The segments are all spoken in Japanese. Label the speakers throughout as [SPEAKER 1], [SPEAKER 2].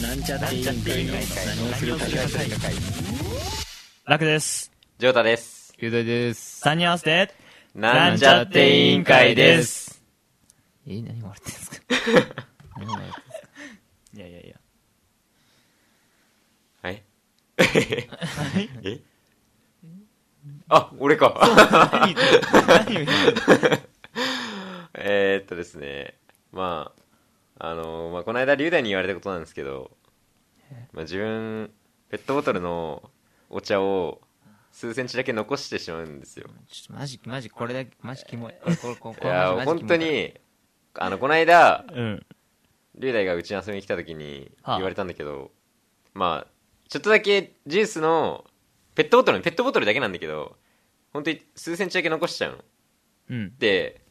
[SPEAKER 1] なんちゃって委員会の何をするか会
[SPEAKER 2] 楽です。
[SPEAKER 3] ジョータです。
[SPEAKER 4] 球大です。
[SPEAKER 2] 3人合わせて、
[SPEAKER 3] なんちゃって委員会です。
[SPEAKER 4] え、何笑ってんすか何笑ってんすか
[SPEAKER 2] いやいやいや。
[SPEAKER 3] はい。 えあ、俺か。
[SPEAKER 2] 何言ってる何言ってる
[SPEAKER 3] えーっとですね。まあ、あのまあ、この間、龍大に言われたことなんですけど、まあ、自分、ペットボトルのお茶を数センチだけ残してしまうんですよ。
[SPEAKER 4] ちょっとマジ、マジ、これだけ、マジキモい。これ、これ、これ、こ
[SPEAKER 3] い
[SPEAKER 4] れ
[SPEAKER 3] や
[SPEAKER 4] マジマジキ
[SPEAKER 3] 本
[SPEAKER 4] モ
[SPEAKER 3] 当
[SPEAKER 4] いから。
[SPEAKER 3] に、あの、この間、
[SPEAKER 2] うん。
[SPEAKER 3] 龍大がうちに遊びに来た時に
[SPEAKER 2] はあ
[SPEAKER 3] 言われたんだけど、まあちょっとだけジュースのペットボトルペットボトルだけなんだけど本当に数センチだけ残しちゃうの
[SPEAKER 2] うん。
[SPEAKER 3] で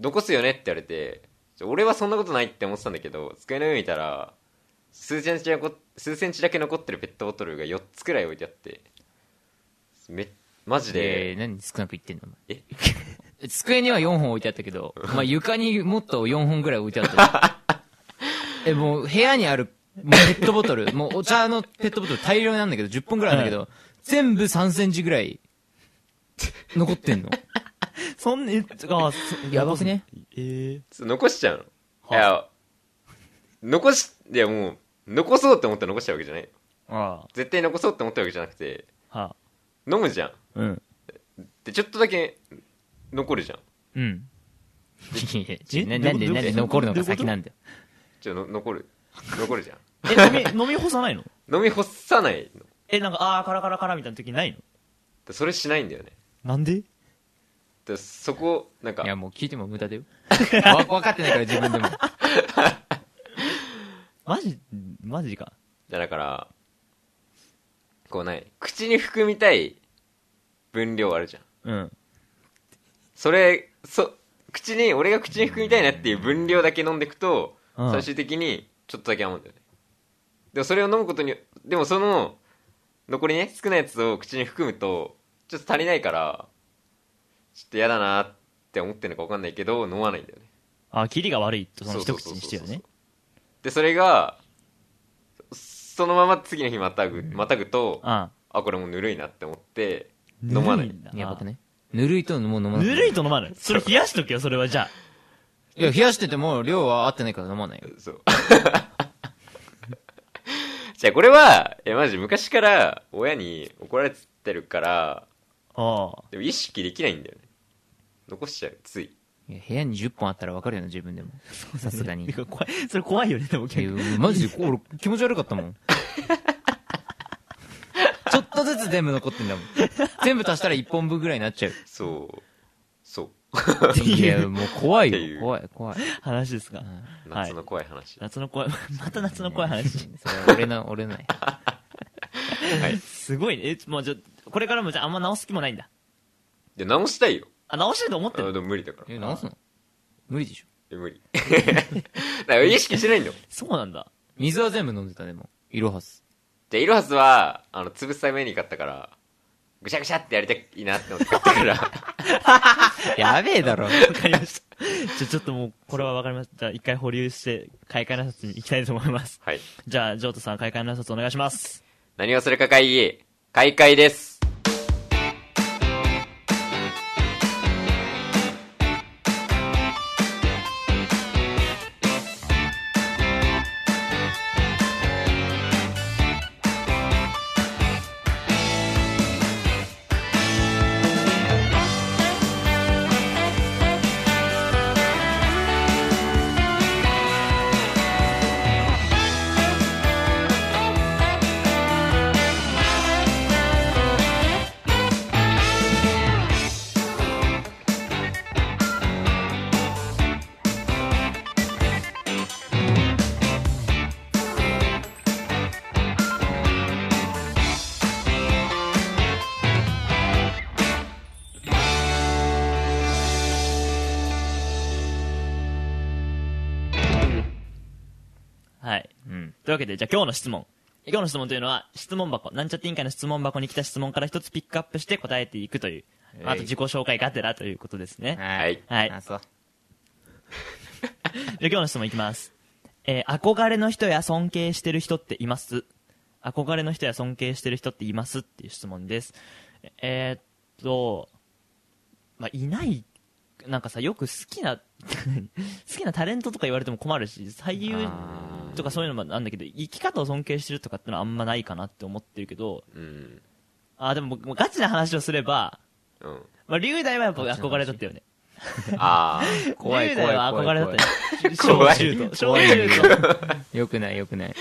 [SPEAKER 3] 残すよねって言われてちょ俺はそんなことないって思ってたんだけど机の上見たら数センチ残数センチだけ残ってるペットボトルが4つくらい置いてあってめマジ
[SPEAKER 4] で、
[SPEAKER 3] で
[SPEAKER 4] 何少なく言ってんのお前
[SPEAKER 3] え
[SPEAKER 4] 机には4本置いてあったけど、まあ床にもっと4本ぐらい置いてあったよ。え、もう部屋にある、もうペットボトル、もうお茶のペットボトル大量なんだけど、10本ぐらいなんだけど、全部3センチぐらい、残ってんの。
[SPEAKER 2] そんな、えあ、そ
[SPEAKER 4] やばくね
[SPEAKER 2] え
[SPEAKER 3] つ残しちゃうのい
[SPEAKER 2] は
[SPEAKER 3] や残しいやもう残そうって思って残したわけじゃない
[SPEAKER 2] ー。あ
[SPEAKER 3] 絶対残そうって思ったわけじゃなくて
[SPEAKER 2] あ。はあ。
[SPEAKER 3] 飲むじゃん
[SPEAKER 2] うん。
[SPEAKER 3] でちょっとだけ残るじゃん
[SPEAKER 2] うん。
[SPEAKER 4] いやいや
[SPEAKER 2] え
[SPEAKER 4] ななんで、
[SPEAKER 2] どういうこと
[SPEAKER 4] なんで残るのが先なんだよ。
[SPEAKER 3] ちょの残る残るじゃん
[SPEAKER 2] え、飲み、飲み 干さないの
[SPEAKER 3] 飲み干さないの
[SPEAKER 2] え、なんか、あー、カラカラカラみたいな時ないの
[SPEAKER 3] でそれしないんだよね
[SPEAKER 2] なんで
[SPEAKER 3] でそこなんか
[SPEAKER 4] いや、もう聞いても無駄だよ。わ、分かってないから自分でも。
[SPEAKER 2] マジ、マジか。
[SPEAKER 3] じゃだからこうない口に含みたい分量あるじゃん
[SPEAKER 2] うん。
[SPEAKER 3] それそ口に俺が口に含みたいなっていう分量だけ飲んでいくと、
[SPEAKER 2] うん
[SPEAKER 3] 最終的にちょっとだけ余るんだよねでもそれを飲むことにでもその残りね少ないやつを口に含むとちょっと足りないからちょっと嫌だなって思ってるのか分かんないけど飲まないんだよね
[SPEAKER 2] あ、キリが悪いと、その
[SPEAKER 3] そ
[SPEAKER 2] 一
[SPEAKER 3] うそう
[SPEAKER 2] 口にし
[SPEAKER 3] そうそ
[SPEAKER 2] て
[SPEAKER 3] う
[SPEAKER 2] よね。
[SPEAKER 3] でそれがそのまま次の日またぐまたぐと
[SPEAKER 2] あ
[SPEAKER 3] あこれもうぬるいなって思って
[SPEAKER 2] ー
[SPEAKER 3] 飲まない
[SPEAKER 2] ぬるんだ
[SPEAKER 4] やばくね。ぬるいともう飲ま
[SPEAKER 2] あ
[SPEAKER 4] な
[SPEAKER 2] ー
[SPEAKER 4] い。
[SPEAKER 2] ぬるいと飲まない。それ冷やしとけよ、それはじゃあ。
[SPEAKER 4] いや、冷やしてても量は合ってないから飲まないよ。
[SPEAKER 3] そう じゃあこれはえマジ昔から親に怒られてるから
[SPEAKER 2] ああ。
[SPEAKER 3] でも意識できないんだよね残しちゃうつい
[SPEAKER 4] いや、部屋に10本あったら分かるよな、自分でも。さすがに。い
[SPEAKER 2] てか怖い、それ怖いよね、でも結
[SPEAKER 4] や
[SPEAKER 2] 構。
[SPEAKER 4] マジで、俺、気持ち悪かったもん。ちょっとずつ全部残ってんだもん。全部足したら1本分ぐらいになっちゃう。
[SPEAKER 3] そうそう
[SPEAKER 4] いや、もう怖
[SPEAKER 3] って
[SPEAKER 4] い
[SPEAKER 3] いう
[SPEAKER 4] よ。怖い、怖い。
[SPEAKER 2] 話ですか。はい
[SPEAKER 3] 夏の怖い話、
[SPEAKER 2] 夏の怖い、 また夏の怖い話。
[SPEAKER 4] それは俺の、俺のね。
[SPEAKER 2] すごいね。え、もうじゃ、これからもじゃああんま直す気もないんだ。
[SPEAKER 3] で直したいよ
[SPEAKER 2] あ、直したいと思っ
[SPEAKER 3] あ
[SPEAKER 2] てる
[SPEAKER 3] でも無理だから
[SPEAKER 4] え、直すの無理でしょ。
[SPEAKER 3] え無理 だから意識しないんだよ
[SPEAKER 2] そうなんだ。
[SPEAKER 4] 水は全部飲んでた、でも。いろはす。
[SPEAKER 3] じゃあ、イロハスは、あの、潰すために買ったから、ぐしゃぐしゃってやりたいなって思って買ったから、
[SPEAKER 4] やべえだろ。
[SPEAKER 2] わかりました。じゃあちょっともう、これはわかりました。じゃあ一回保留して、開会の挨拶に行きたいと思います。
[SPEAKER 3] はい。
[SPEAKER 2] じゃあ、ジョートさん、開会の挨拶お願いします。
[SPEAKER 3] 何をするか会議、開会です。
[SPEAKER 2] はい。
[SPEAKER 4] うん。
[SPEAKER 2] というわけで、じゃあ今日の質問。今日の質問というのは、質問箱、なんちゃって委員会の質問箱に来た質問から一つピックアップして答えていくという、
[SPEAKER 4] はい
[SPEAKER 2] あと自己紹介がてらということですね。
[SPEAKER 3] はい
[SPEAKER 2] はい
[SPEAKER 4] あ、そう。
[SPEAKER 2] じゃあ今日の質問いきます。えー憧れの人や尊敬してる人っています憧れの人や尊敬してる人っていますっていう質問です。えーっと、まあ、いない、なんかさ、よく好きな、 好きなタレントとか言われても困るし、俳優
[SPEAKER 3] あー
[SPEAKER 2] とかそういうのもなんだけど、生き方を尊敬してるとかってのはあんまないかなって思ってるけど、
[SPEAKER 3] うん
[SPEAKER 2] あー、でも僕もうガチな話をすれば、
[SPEAKER 3] うん
[SPEAKER 2] まあ、龍大はやっぱ憧れだったよね。
[SPEAKER 3] ああ
[SPEAKER 4] 怖い
[SPEAKER 2] 龍
[SPEAKER 4] 怖
[SPEAKER 2] 大
[SPEAKER 4] い
[SPEAKER 2] は
[SPEAKER 4] 怖い
[SPEAKER 2] 憧れだっ
[SPEAKER 4] 怖い
[SPEAKER 2] たよ
[SPEAKER 3] 怖い
[SPEAKER 2] ね。小中と。小
[SPEAKER 4] 怖い
[SPEAKER 2] 中と。
[SPEAKER 4] よくないよくない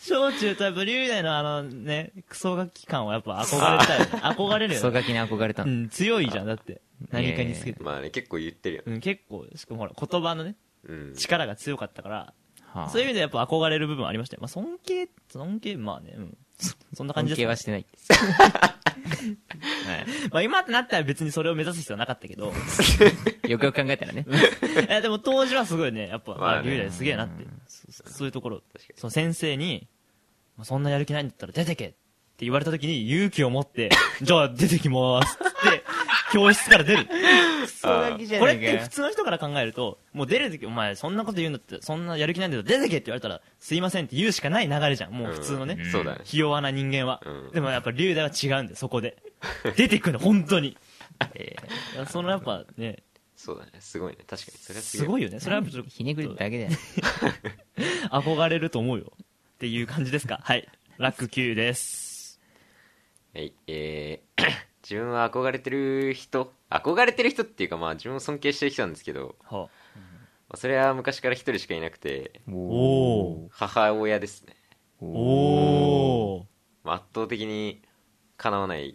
[SPEAKER 2] 小中とやっぱ龍大のあのね、クソガキ感はやっぱ憧れたよ ね。憧れる
[SPEAKER 4] ク
[SPEAKER 2] よ
[SPEAKER 4] ソ
[SPEAKER 2] ね。
[SPEAKER 4] ガキに憧れた
[SPEAKER 2] う
[SPEAKER 4] の
[SPEAKER 2] ん、強いじゃん、だって。何かにつけて。
[SPEAKER 3] まあね結構言ってるよね
[SPEAKER 2] うん、結構、しかもほら、言葉のね、
[SPEAKER 3] うん
[SPEAKER 2] 力が強かったから、
[SPEAKER 4] はあ
[SPEAKER 2] そういう意味でやっぱ憧れる部分はありましたよ。まあ、尊敬、尊敬、まあね、うん。そそんな感
[SPEAKER 4] 尊
[SPEAKER 2] じです、
[SPEAKER 4] 敬はしてない
[SPEAKER 2] まあ、今ってなったら別にそれを目指す必要はなかったけど、
[SPEAKER 4] よくよく考えたらね
[SPEAKER 2] えでも当時はすごいね、やっぱ、
[SPEAKER 3] まあ
[SPEAKER 2] あ、
[SPEAKER 3] ね
[SPEAKER 2] 龍大すげえなって。そそそういうところ
[SPEAKER 3] 確か。に
[SPEAKER 2] その先生に、まあそんなやる気ないんだったら出てけって言われた時に勇気を持って、 じゃあ出てきまーすって、教室から出る。これって普通の人から考えると、もう出る時、お前そんなこと言うんだって、そんなやる気ないんだったら出てけって言われたら、すいませんって言うしかない流れじゃん。もう普通のね。
[SPEAKER 3] うんそうだね
[SPEAKER 2] ひ弱な人間は。
[SPEAKER 3] うん
[SPEAKER 2] でもやっぱ龍大は違うんだよ、そこ で。出てくの、本当に。えーそのやっぱね、
[SPEAKER 3] そうだねすごいね確かにそれは
[SPEAKER 2] す ご
[SPEAKER 3] い
[SPEAKER 2] いよね。それはやっぱちょっと
[SPEAKER 4] ひねくれただけだよ
[SPEAKER 2] 憧れると思うよ。っていう感じですか。はい。ラック9です。
[SPEAKER 3] はいえー 自分は憧れてる人憧れてる人っていうかまあ自分を尊敬してる人なんですけど
[SPEAKER 2] は
[SPEAKER 3] まあそれは昔から一人しかいなくて
[SPEAKER 2] お
[SPEAKER 3] 母親ですね
[SPEAKER 2] おお
[SPEAKER 3] まあ圧倒的にかなわない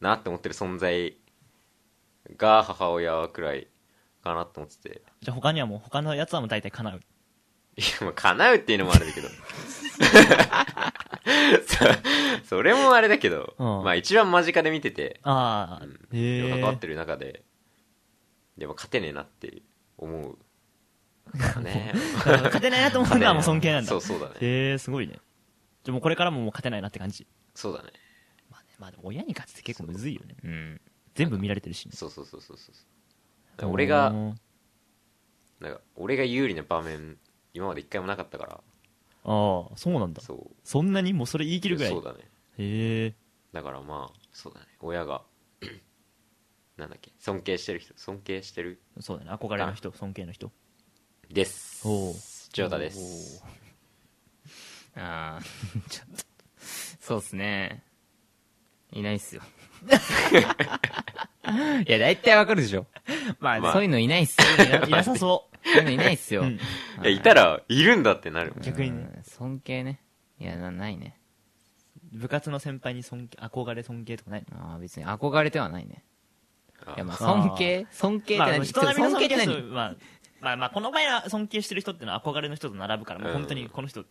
[SPEAKER 3] なって思ってる存在が母親くらいかなって思ってて
[SPEAKER 2] じゃあ他にはもう他のやつはもう大体叶う。
[SPEAKER 3] いやまあ叶うっていうのもあれだ けど そそれもあれだけど、
[SPEAKER 2] うん
[SPEAKER 3] まあ一番間近で見てて、
[SPEAKER 2] ああ、へえ
[SPEAKER 3] 関わってる中ででも勝てねえなって思 うだからね
[SPEAKER 2] 勝てないなと思うのはもう尊敬なんだ。
[SPEAKER 3] そうそうだね
[SPEAKER 2] へえすごいね。じゃあもうこれからももう勝てないなって感じ。
[SPEAKER 3] そうだね
[SPEAKER 2] まあね、まあでも親に勝つって結構むずいよね。
[SPEAKER 4] うん
[SPEAKER 2] 全部見られてるしね。
[SPEAKER 3] そうそうそうそうそうだから俺が
[SPEAKER 2] あ
[SPEAKER 3] なんか俺が有利な場面今まで一回もなかったから
[SPEAKER 2] あー、そうなんだ。
[SPEAKER 3] そう
[SPEAKER 2] そんなにもうそれ言い切るぐらい。
[SPEAKER 3] そう
[SPEAKER 2] へ
[SPEAKER 3] だね
[SPEAKER 2] え
[SPEAKER 3] だからまあそうだね親が なんだっけ尊敬してる人尊敬してる
[SPEAKER 2] そうだね。憧れの人、尊敬の人。
[SPEAKER 3] です
[SPEAKER 2] おう
[SPEAKER 3] ジョータです
[SPEAKER 4] ああちょっとそうっすねいないっ すよいや大体わかるでしょ
[SPEAKER 2] まあ
[SPEAKER 3] まあ
[SPEAKER 4] そういうのいないっす
[SPEAKER 2] いな、いなさそ
[SPEAKER 4] そういうのいないっす
[SPEAKER 2] う。
[SPEAKER 4] よ
[SPEAKER 2] うん。
[SPEAKER 3] いやいたらいるんだってなるもん
[SPEAKER 2] 逆にね
[SPEAKER 4] うん尊敬ねいやなないね
[SPEAKER 2] 部活の先輩に尊敬、憧れ尊敬とかないの
[SPEAKER 4] ああ別に憧れてはないね
[SPEAKER 3] あ
[SPEAKER 4] いやまあ
[SPEAKER 2] あー
[SPEAKER 4] 尊敬尊敬って
[SPEAKER 2] まあ、
[SPEAKER 4] 何
[SPEAKER 2] 人並みの
[SPEAKER 4] 尊
[SPEAKER 2] 尊
[SPEAKER 4] 敬っ
[SPEAKER 2] 敬
[SPEAKER 4] て
[SPEAKER 2] です
[SPEAKER 4] 何
[SPEAKER 2] まあ、まあ、まあ、この場合は尊敬してる人ってのは憧れの人と並ぶから、もう本当にこの人、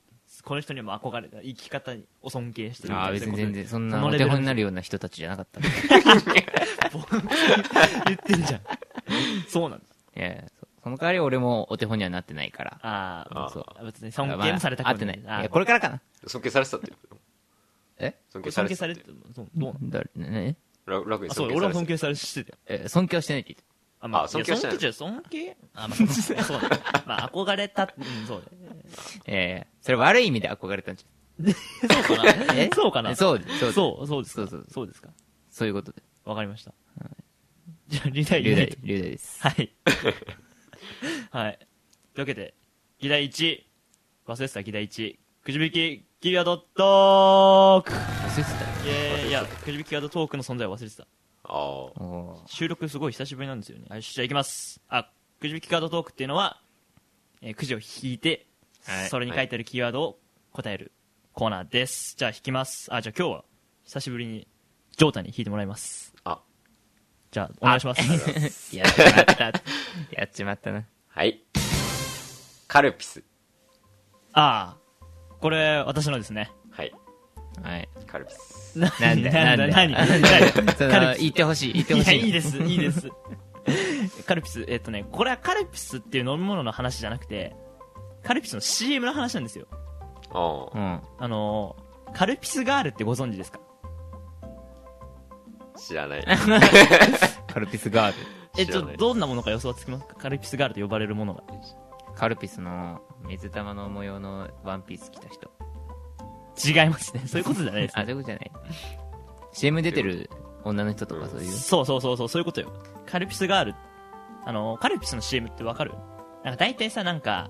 [SPEAKER 2] この人にも憧れ、生き方を尊敬してるみ
[SPEAKER 4] あ
[SPEAKER 2] た
[SPEAKER 4] あ
[SPEAKER 2] いな
[SPEAKER 4] 別に全然そん
[SPEAKER 2] そ
[SPEAKER 4] な
[SPEAKER 2] の
[SPEAKER 4] お
[SPEAKER 2] レ
[SPEAKER 4] 手
[SPEAKER 2] ベル
[SPEAKER 4] 本になるような人たちじゃなかったい
[SPEAKER 2] 言って んじゃん。そうなんだ。
[SPEAKER 4] やいやそその代わり俺もお手本にはなってないから
[SPEAKER 2] ああ、
[SPEAKER 3] そう
[SPEAKER 2] 別に尊敬もされた
[SPEAKER 4] く
[SPEAKER 2] く
[SPEAKER 4] あってないい
[SPEAKER 2] あ
[SPEAKER 4] やこれからかな
[SPEAKER 3] 尊敬されてたってこと
[SPEAKER 4] え
[SPEAKER 3] 尊
[SPEAKER 2] こ
[SPEAKER 3] 敬
[SPEAKER 2] れ
[SPEAKER 3] さ
[SPEAKER 2] 尊
[SPEAKER 3] れて
[SPEAKER 2] 敬
[SPEAKER 3] た
[SPEAKER 2] さ
[SPEAKER 3] っ
[SPEAKER 2] れ
[SPEAKER 3] て
[SPEAKER 2] てる、そう、どうなん
[SPEAKER 4] 誰ね
[SPEAKER 3] ら楽に
[SPEAKER 2] あ、
[SPEAKER 3] 尊
[SPEAKER 2] そう、
[SPEAKER 3] 敬
[SPEAKER 2] 俺
[SPEAKER 3] さ
[SPEAKER 2] も
[SPEAKER 3] れて
[SPEAKER 2] 尊
[SPEAKER 3] た
[SPEAKER 2] 敬されしてたよ。
[SPEAKER 4] え尊敬はしてないって言って
[SPEAKER 2] あ、
[SPEAKER 3] あ尊敬はしてない
[SPEAKER 2] いや尊敬じゃない尊敬あ、まあ、そう そうだね。まあ、憧れた、うん、そう
[SPEAKER 4] ええそれ悪い意味で憧れたんじ
[SPEAKER 2] だね。そうか
[SPEAKER 4] ゃん。
[SPEAKER 2] な
[SPEAKER 4] そ
[SPEAKER 2] そうかな
[SPEAKER 4] うですそうですそう。
[SPEAKER 2] そう、そうですか
[SPEAKER 4] そうそう
[SPEAKER 2] そうですか。
[SPEAKER 4] いうことで。
[SPEAKER 2] わかりました。じゃあ、リダイ
[SPEAKER 4] 龍
[SPEAKER 2] リダイ
[SPEAKER 4] 大、龍大です。
[SPEAKER 2] はい。はい。というわけで、議題1、忘れてた議題1、くじ引き、キリアドトーク
[SPEAKER 4] 忘れてた
[SPEAKER 2] イェーイいや、くじ引きキリアドトークの存在を忘れてた。
[SPEAKER 3] ああ
[SPEAKER 4] おー
[SPEAKER 2] 収録すごい久しぶりなんですよね。よし、じゃあ行きます。あ、くじ引きカードトークっていうのは、えーくじを引いて、
[SPEAKER 4] はい
[SPEAKER 2] それに書いてあるキーワードを答えるコーナーです。じゃあ引きます。あ、じゃあ今日は、久しぶりに、ジョータに引いてもらいます。
[SPEAKER 3] あ
[SPEAKER 2] じゃあ、 お願いします。
[SPEAKER 4] やっちまった。やっちまったな。
[SPEAKER 3] はいカルピス
[SPEAKER 2] ああ、これ、私のですね。
[SPEAKER 3] はい
[SPEAKER 4] はい。
[SPEAKER 3] カルピス
[SPEAKER 4] なん だよ なんだよ
[SPEAKER 2] 何何
[SPEAKER 4] その
[SPEAKER 2] カルピス
[SPEAKER 4] 言ってほしい、言ってほ
[SPEAKER 2] いや、
[SPEAKER 4] しい。
[SPEAKER 2] いいです、いいです。カルピス、えっとね、これはカルピスっていう飲み物の話じゃなくて、カルピスの CM の話なんですよ。
[SPEAKER 3] あ
[SPEAKER 4] う
[SPEAKER 3] あ
[SPEAKER 4] ん。
[SPEAKER 2] あのー、カルピスガールってご存知ですか
[SPEAKER 3] 知らない
[SPEAKER 4] カルピスガール。
[SPEAKER 2] え、
[SPEAKER 3] 知
[SPEAKER 2] ち
[SPEAKER 3] ら
[SPEAKER 2] ょ
[SPEAKER 3] ない
[SPEAKER 2] どんなものか予想はつきますかカルピスガールと呼ばれるものが。
[SPEAKER 4] カルピスの水玉の模様のワンピース着た人。
[SPEAKER 2] 違いますね。そういうことじゃないです
[SPEAKER 4] あ、
[SPEAKER 2] ね。
[SPEAKER 4] そういうことじゃない。CM 出てる女の人とかそういう。
[SPEAKER 2] そうそうそうそう、そういうことよ。カルピスガール。あの、カルピスの CM ってわかるなんか大体さ、なんか、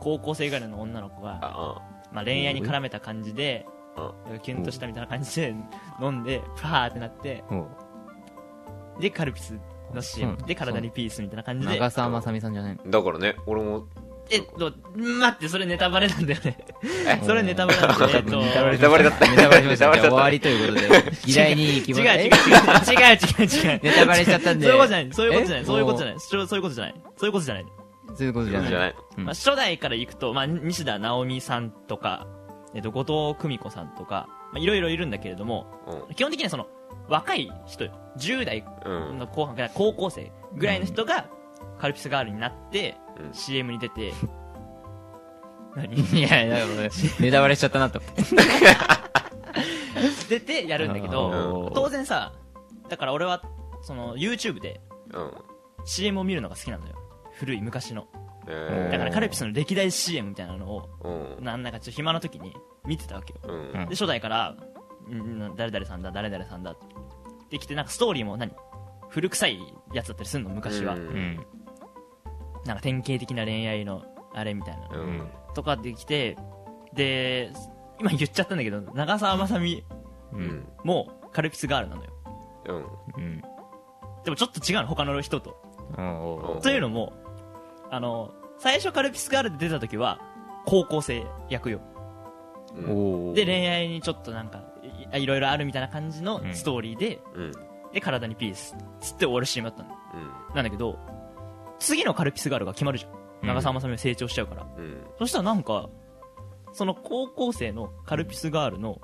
[SPEAKER 2] 高校生ぐらいの女の子が、
[SPEAKER 3] あ
[SPEAKER 2] まあ、恋愛に絡めた感じで、
[SPEAKER 3] あ
[SPEAKER 2] キュンとしたみたいな感じで飲んで、プハーってなって、
[SPEAKER 4] おう
[SPEAKER 2] で、カルピスの CM
[SPEAKER 4] そう
[SPEAKER 2] で体にピースみたいな感じで、
[SPEAKER 4] 長澤まさみさんじゃないの
[SPEAKER 3] だからね俺も
[SPEAKER 2] えっと、待って、それネタバレなんだよね。
[SPEAKER 4] え
[SPEAKER 2] それネタバレなんだよね。えっと、
[SPEAKER 3] ネタバレだった
[SPEAKER 4] ネタバレしました。じゃあ
[SPEAKER 3] ネタバレだった
[SPEAKER 4] 終わりということで、議題に行き
[SPEAKER 2] 違う
[SPEAKER 4] ま
[SPEAKER 2] 違う
[SPEAKER 4] す。
[SPEAKER 2] 違う違う違う違う
[SPEAKER 4] え
[SPEAKER 2] 違う。
[SPEAKER 4] ネタバレしちゃったんで
[SPEAKER 2] そういうことじゃない。そういうことじゃな
[SPEAKER 4] え
[SPEAKER 2] い。そういうことじゃない。そうそういうことじゃない。そういうことじゃない。
[SPEAKER 4] そういうことじ
[SPEAKER 3] じ
[SPEAKER 4] ゃ
[SPEAKER 3] ゃ
[SPEAKER 4] ない。
[SPEAKER 3] ない
[SPEAKER 4] うん
[SPEAKER 2] まあ、初代から行くと、まあ、西田直美さんとか、えっと、後藤久美子さんとか、まあ、いろいろいるんだけれども、
[SPEAKER 3] の
[SPEAKER 2] 基本的にはその、若い人よ、10代
[SPEAKER 3] うんうん
[SPEAKER 2] の後半から高校生ぐらいの人が、カルピスガールになって、
[SPEAKER 3] うん
[SPEAKER 2] CM に 出て、何
[SPEAKER 4] いや、だからネタバレしちゃったなと。
[SPEAKER 2] 出てやるんだけ
[SPEAKER 3] う
[SPEAKER 2] ど
[SPEAKER 4] ん、
[SPEAKER 2] 当然さ、だから俺は、その、YouTube で CM を見るのが好きなのよ。古い昔の。
[SPEAKER 3] えー
[SPEAKER 2] だからカルピスの歴代 CM みたいなのを、
[SPEAKER 3] うん
[SPEAKER 2] なんだかちょっと暇な時に見てたわけよ。
[SPEAKER 3] う
[SPEAKER 4] うん
[SPEAKER 3] ん
[SPEAKER 2] で初代からん誰々さんだ誰々さんだってきてなんかストーリーも何古臭いやつだったりするの昔は、
[SPEAKER 3] うん
[SPEAKER 4] うん。
[SPEAKER 2] なんか典型的な恋愛のあれみたいな
[SPEAKER 3] う
[SPEAKER 2] の
[SPEAKER 3] ん
[SPEAKER 2] とかできてで今言っちゃったんだけど長澤まさみ
[SPEAKER 4] う。
[SPEAKER 3] うんん
[SPEAKER 2] もカルピスガールなのよ
[SPEAKER 3] うん
[SPEAKER 4] うん。
[SPEAKER 2] でもちょっと違うの他の人と
[SPEAKER 4] おう
[SPEAKER 2] というのもあの最初カルピスガールで出た時は高校生役よ
[SPEAKER 3] うん
[SPEAKER 4] おう
[SPEAKER 2] で恋愛にちょっとなんかいいろいろあるみたいな感じのストーリーで、
[SPEAKER 3] うん
[SPEAKER 2] で体にピースつって終わる CM だったの
[SPEAKER 3] うん
[SPEAKER 2] なんだけど、次のカルピスガールが決まるじゃ
[SPEAKER 4] うん
[SPEAKER 2] ん。長澤まさみが成長しちゃうから。
[SPEAKER 3] うん
[SPEAKER 2] そしたらなんか、その高校生のカルピスガールの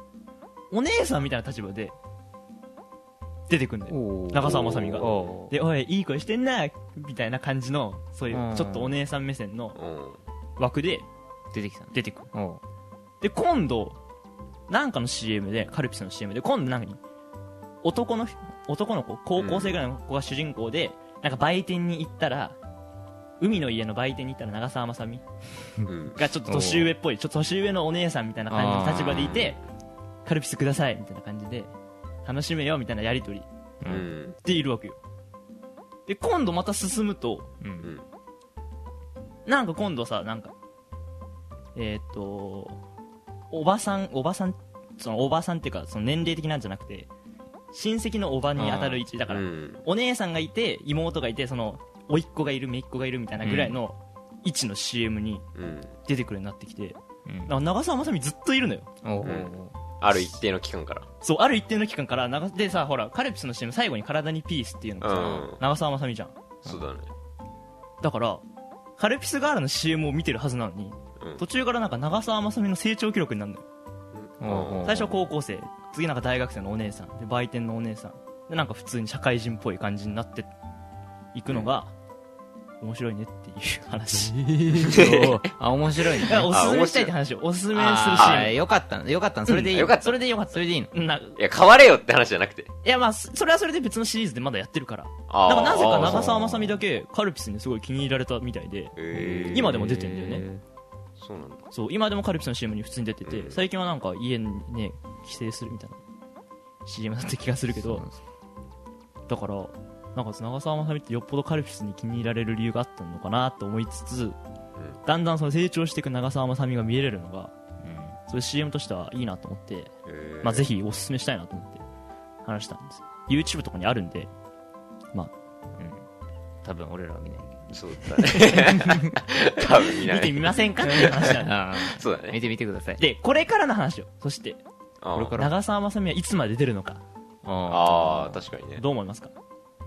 [SPEAKER 2] お姉さんみたいな立場で出てくんだよ。
[SPEAKER 4] おう
[SPEAKER 2] 長澤まさみが
[SPEAKER 4] おう
[SPEAKER 2] で、おい、いい声してんな、みたいな感じの、そうい
[SPEAKER 4] うん
[SPEAKER 2] うちょっとお姉さん目線の
[SPEAKER 3] うん
[SPEAKER 2] 枠で
[SPEAKER 4] 出てきたね。
[SPEAKER 2] 出てくる。
[SPEAKER 4] おう
[SPEAKER 2] で、今度、なんかの CM で、カルピスの CM で、今度なんかに、男の、男の子、高校生ぐらいの子が主人公で、なんか売店に行ったら、海の家の売店に行ったら長澤まさみ
[SPEAKER 3] うん
[SPEAKER 2] がちょっと年上っぽい、ちょっと年上のお姉さんみたいな感じの立場でいて、カルピスくださいみたいな感じで、楽しめよみたいなやりとり
[SPEAKER 4] う
[SPEAKER 3] う
[SPEAKER 4] ん
[SPEAKER 3] ん
[SPEAKER 2] でいるわけよ。で、今度また進むと、
[SPEAKER 4] うん
[SPEAKER 3] うん
[SPEAKER 2] なんか今度さ、なんか、えーっ、と、おばさん、おばさん、そのおばさんっていうか、その年齢的なんじゃなくて、親戚のおばに当たる位置、だから、
[SPEAKER 3] うん
[SPEAKER 2] お姉さんがいて、妹がいて、その、甥っ子がいる、姪っ子がいるみたいなぐらいの位置の CM に
[SPEAKER 3] うん
[SPEAKER 2] 出てくるようになってきて、
[SPEAKER 4] うん
[SPEAKER 2] だから長澤まさみずっといるのよ。
[SPEAKER 4] おう
[SPEAKER 3] うんある一定の期間から
[SPEAKER 2] そう、ある一定の期間から、長でさ、ほら、カルピスの CM 最後に体にピースっていうのがさ、
[SPEAKER 3] うん
[SPEAKER 2] 長澤まさみじゃん。
[SPEAKER 3] そうだね
[SPEAKER 2] だから、カルピスガールの CM を見てるはずなのに、
[SPEAKER 3] うん
[SPEAKER 2] 途中からなんか長澤まさみの成長記録になるのよ。
[SPEAKER 4] おう
[SPEAKER 2] 最初は高校生、次なんか大学生のお姉さん、で、売店のお姉さん、で、なんか普通に社会人っぽい感じになっていくのが、面白いねっていう話。
[SPEAKER 4] おうあ、面白いね
[SPEAKER 2] だか。 らおすすめした いって話を、おすすめする
[SPEAKER 4] あー
[SPEAKER 2] CM。
[SPEAKER 4] よかったの。よかったの。それでいい。
[SPEAKER 3] よかった
[SPEAKER 4] それでよかった。それでいいの。
[SPEAKER 2] ない
[SPEAKER 3] や変われよって話じゃなくて
[SPEAKER 2] いやまあ、そそれはそれで別のシリーズでまだやってるから。
[SPEAKER 3] あ
[SPEAKER 2] だからなぜか
[SPEAKER 3] な
[SPEAKER 2] 長澤まさみだけカルピスにすごい気に入られたみたいで、今でも出てんだよね
[SPEAKER 3] そうなんだ
[SPEAKER 2] そう、今でもカルピスの CM に普通に出てて、
[SPEAKER 3] うん
[SPEAKER 2] 最近はなんか家にね、帰省するみたいな CM だった気がするけど、だから、なんか長澤まさみってよっぽどカルピスに気に入られる理由があったのかなと思いつつ、だんだんその成長していく長澤まさみが見れるのが、そういう CM としてはいいなと思って、
[SPEAKER 3] へー
[SPEAKER 2] まあぜひおすすめしたいなと思って話したんです。YouTube とかにあるんで、まあ、
[SPEAKER 4] 多分俺らは見ないけ
[SPEAKER 3] そうだね多分見な
[SPEAKER 2] 見て
[SPEAKER 3] い
[SPEAKER 2] みませんかっていう話なん
[SPEAKER 4] ど。
[SPEAKER 2] で。
[SPEAKER 4] あ
[SPEAKER 3] そうだ
[SPEAKER 4] あ。
[SPEAKER 3] ね
[SPEAKER 4] 見てみてください。
[SPEAKER 2] で、これからの話を。そして、
[SPEAKER 3] あー
[SPEAKER 4] これから
[SPEAKER 2] 長澤まさみはいつまで出るのか、
[SPEAKER 3] ああ確かにね
[SPEAKER 2] どう思いますか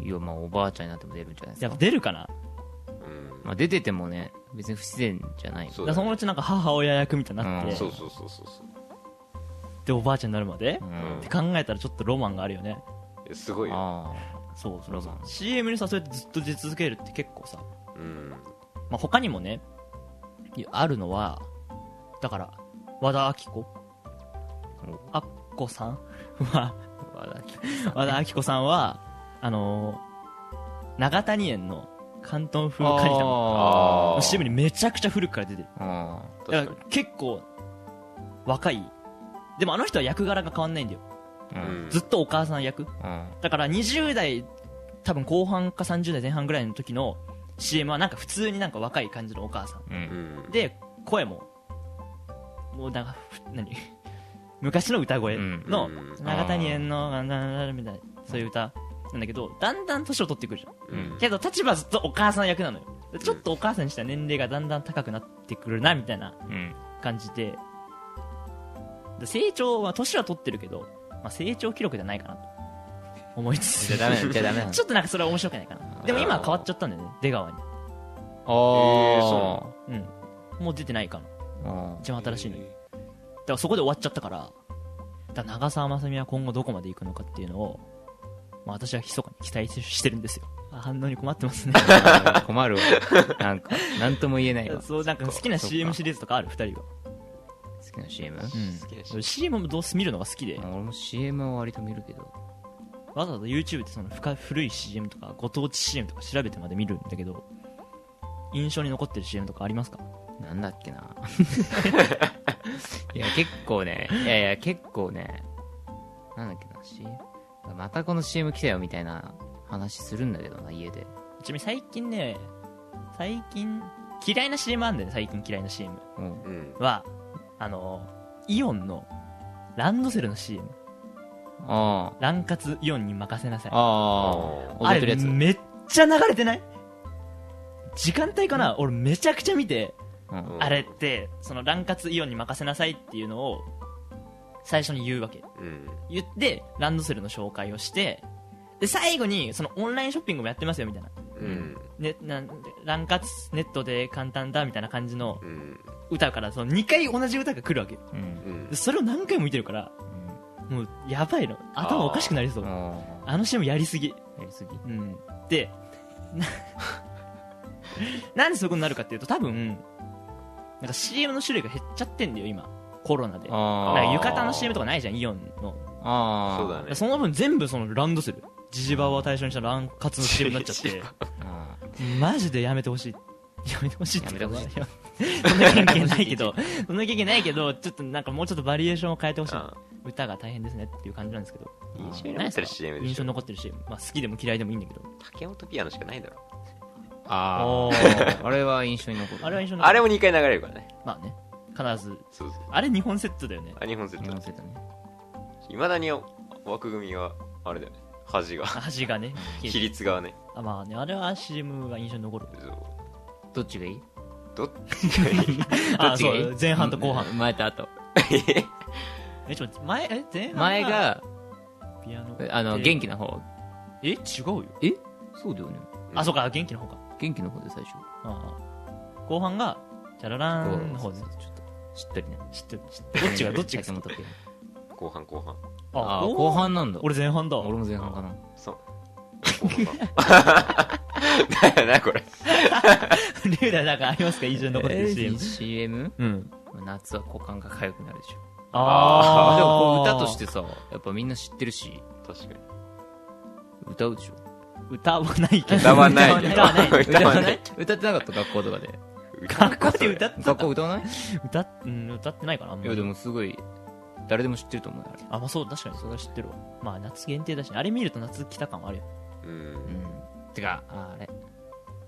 [SPEAKER 4] いや、まあおばあちゃんになっても出るんじゃないです
[SPEAKER 2] やっぱ
[SPEAKER 4] か。
[SPEAKER 2] 出るかな
[SPEAKER 3] うん
[SPEAKER 4] まあ出ててもね、別に不自然じゃない。
[SPEAKER 3] そう
[SPEAKER 2] だから
[SPEAKER 3] だ
[SPEAKER 2] そ
[SPEAKER 3] ね
[SPEAKER 2] のうちなんか母親役みたいになって、
[SPEAKER 4] うん
[SPEAKER 3] そうそうそうそうそう
[SPEAKER 2] でおばあちゃんになるまで、
[SPEAKER 4] う
[SPEAKER 2] っ
[SPEAKER 4] ん
[SPEAKER 2] て。考えたらちょっとロマンがあるよね
[SPEAKER 3] えすごいよ
[SPEAKER 4] あ
[SPEAKER 2] そうそう
[SPEAKER 4] ロマン
[SPEAKER 2] CM にさそうやってずっと出続けるって結構さ、
[SPEAKER 3] うん
[SPEAKER 2] まあ、他にもねいあるのはだから和田アキ子あっこさん は
[SPEAKER 4] あ。
[SPEAKER 2] 和田アキ子さんはあのー長谷園の広東風カニ玉
[SPEAKER 3] あー
[SPEAKER 2] シブにめちゃくちゃ古くから出てる
[SPEAKER 4] あ
[SPEAKER 2] だ
[SPEAKER 3] 確
[SPEAKER 2] か
[SPEAKER 3] から
[SPEAKER 2] 結構若いでもあの人は役柄が変わんないんだよ、
[SPEAKER 4] ーう
[SPEAKER 3] に、うんん、
[SPEAKER 2] ずっとお母さん役
[SPEAKER 4] うん
[SPEAKER 2] だから20代多分後半か30代前半ぐらいの時の CM はなんか普通になんか若い感じのお母さん
[SPEAKER 4] う
[SPEAKER 3] うんん、
[SPEAKER 2] で声ももうなんかふ何 昔の歌声の
[SPEAKER 3] うん
[SPEAKER 2] 長谷園のなんだなんだみたいなそういう歌なんだけどだんだん年を取ってくるじゃん
[SPEAKER 3] うん
[SPEAKER 2] けど立場はずっとお母さん役なのよちょっとお母さんにした年齢がだんだん高くなってくるなみたいな
[SPEAKER 4] うん
[SPEAKER 2] 感じでで成長は年は取ってるけど、まあ、成長記録じゃないかなと思いつ
[SPEAKER 4] じゃ
[SPEAKER 2] つ
[SPEAKER 4] あダメなんじゃあダメなん
[SPEAKER 2] ちょっとなんかそれは面白くないかなでも今は変わっちゃったんだよね出川に
[SPEAKER 3] えー
[SPEAKER 4] あ
[SPEAKER 3] そ
[SPEAKER 2] うんもう出てないかな
[SPEAKER 4] ーあ
[SPEAKER 2] 一番新しいのにだからそこで終わっちゃったからだから長澤まさみは今後どこまで行くのかっていうのを、まあ、私は密かに期待してるんですよあ反応に困ってますね
[SPEAKER 4] ー困るわなんかなんとも言えないわ好
[SPEAKER 2] そうなんか好きな CM シリーズとかある2人は
[SPEAKER 4] きな CM
[SPEAKER 3] 好きな
[SPEAKER 2] うん、
[SPEAKER 3] 人
[SPEAKER 2] CM もどうせ見るのが好きで、
[SPEAKER 4] まあ俺も CM は割と見るけど
[SPEAKER 2] わざわざ YouTube でその深古い CM とかご当地 CM とか調べてまで見るんだけど印象に残ってる CM とかありますか
[SPEAKER 4] なんだっけな いや結構ねいやいや結構ねなんだっけな CM またこの CM 来たよみたいな話するんだけどな家で
[SPEAKER 2] ちなみに最近ね最近嫌いな CM あるんだよね最近嫌いな CM
[SPEAKER 4] うん
[SPEAKER 3] うん
[SPEAKER 2] はあのイオンのランドセルの CM
[SPEAKER 4] あ
[SPEAKER 2] ラン活イオンに任せなさい
[SPEAKER 4] あああ踊ってるやつ
[SPEAKER 2] あれめっちゃ流れてない時間帯かな、俺めちゃくちゃ見て、
[SPEAKER 4] うん
[SPEAKER 2] あれってそのラン活イオンに任せなさいっていうのを最初に言うわけ
[SPEAKER 3] うん
[SPEAKER 2] 言ってランドセルの紹介をしてで最後にそのオンラインショッピングもやってますよみたいな,、
[SPEAKER 3] うん
[SPEAKER 2] ね、なんラン活ネットで簡単だみたいな感じの
[SPEAKER 3] うん
[SPEAKER 2] 歌からその2回同じ歌が来るわけ
[SPEAKER 4] うん
[SPEAKER 3] うん
[SPEAKER 2] でそれを何回も見てるからもうやばいの頭おかしくなりそううんあ
[SPEAKER 4] あ
[SPEAKER 2] の CM やりすぎ
[SPEAKER 4] ーやりすぎ
[SPEAKER 2] うんでな なんでそういうことになるかっていうと多分なんか CM の種類が減っちゃってんだよ今コロナでなん
[SPEAKER 4] あ
[SPEAKER 2] か
[SPEAKER 4] あ
[SPEAKER 2] 浴衣の CM とかないじゃんイオンの
[SPEAKER 4] ああ
[SPEAKER 3] そうだね
[SPEAKER 2] その分全部そのランドセルジジババを対象にしたランカツの CM になっちゃって
[SPEAKER 4] あ
[SPEAKER 2] マジでやめてほしいやめてほしいって
[SPEAKER 4] やめてほしい
[SPEAKER 2] やそんな経験ないけどそんな経験ないけどちょっとなんかもうちょっとバリエーションを変えてほしい
[SPEAKER 3] あ
[SPEAKER 2] 歌が大変ですねっていう感じなんですけど
[SPEAKER 3] 印象に残ってる CM で
[SPEAKER 2] 印
[SPEAKER 3] し
[SPEAKER 2] 象
[SPEAKER 3] ょ
[SPEAKER 2] に残ってるし、まあ、好きでも嫌いでもいいんだけど
[SPEAKER 3] 竹本ピアノしかないだろ
[SPEAKER 4] ああれは印象に残る
[SPEAKER 2] あれは印象に残
[SPEAKER 3] あ
[SPEAKER 2] る
[SPEAKER 3] れも2回流れるからね
[SPEAKER 2] まあね必ず
[SPEAKER 3] そうそう
[SPEAKER 2] あれ日本セットだよね
[SPEAKER 3] あ日本セッ
[SPEAKER 4] 日
[SPEAKER 3] ト
[SPEAKER 4] 本製だね
[SPEAKER 3] いまだに枠組みはあれだよね端 が
[SPEAKER 2] 端がね
[SPEAKER 3] 比率がね
[SPEAKER 2] あまあねあれは CM が印象に残る
[SPEAKER 3] そう
[SPEAKER 4] どっちがいい
[SPEAKER 3] どっちがいい
[SPEAKER 2] あ
[SPEAKER 4] どっち
[SPEAKER 2] そ
[SPEAKER 4] がいいう
[SPEAKER 2] 前半と後半
[SPEAKER 4] うん前と後
[SPEAKER 2] えちょっと待って前え前半
[SPEAKER 4] 前が
[SPEAKER 2] ピアノ
[SPEAKER 4] あの元気な方
[SPEAKER 2] え違うよ
[SPEAKER 4] えそうだよね
[SPEAKER 2] あ、そうか、元気の方か。
[SPEAKER 4] 元気の方で最初
[SPEAKER 2] ああ後半が、チャララーンの方ね
[SPEAKER 4] ちょ。っとしっとりね
[SPEAKER 2] 知ってる、知ってる。 どっち が、どっちが
[SPEAKER 4] 竹
[SPEAKER 2] 好き
[SPEAKER 4] 本家
[SPEAKER 3] 後半後半
[SPEAKER 4] ああ後半なんだ
[SPEAKER 2] 俺前半だ。
[SPEAKER 4] 俺も前半かな
[SPEAKER 3] そう後半かだよなこれ
[SPEAKER 2] リュウダイなんかありますか印象に残ってる CM。
[SPEAKER 4] CM
[SPEAKER 2] うん。
[SPEAKER 4] 夏は股間が痒くなるでしょ
[SPEAKER 2] ああ。
[SPEAKER 4] でもこう歌としてさやっぱみんな知ってるし
[SPEAKER 3] 確かに
[SPEAKER 4] 歌うでしょ
[SPEAKER 2] 歌はないけど。
[SPEAKER 3] 歌わないけど
[SPEAKER 2] 歌はない。
[SPEAKER 3] 歌わない
[SPEAKER 4] 歌ってなかった学校とか で
[SPEAKER 2] 学校で歌って
[SPEAKER 4] 学校歌わない
[SPEAKER 2] 歌っ、うん、歌ってないかな、あん
[SPEAKER 4] い
[SPEAKER 2] ま
[SPEAKER 4] やで
[SPEAKER 2] り。
[SPEAKER 4] もすごい誰でも知ってると思うよあれ
[SPEAKER 2] あ、まあそう、確かにそれは知ってるわ。まあ夏限定だし、あれ見ると夏来た感はあるよ。
[SPEAKER 3] う
[SPEAKER 4] うんんてかああれ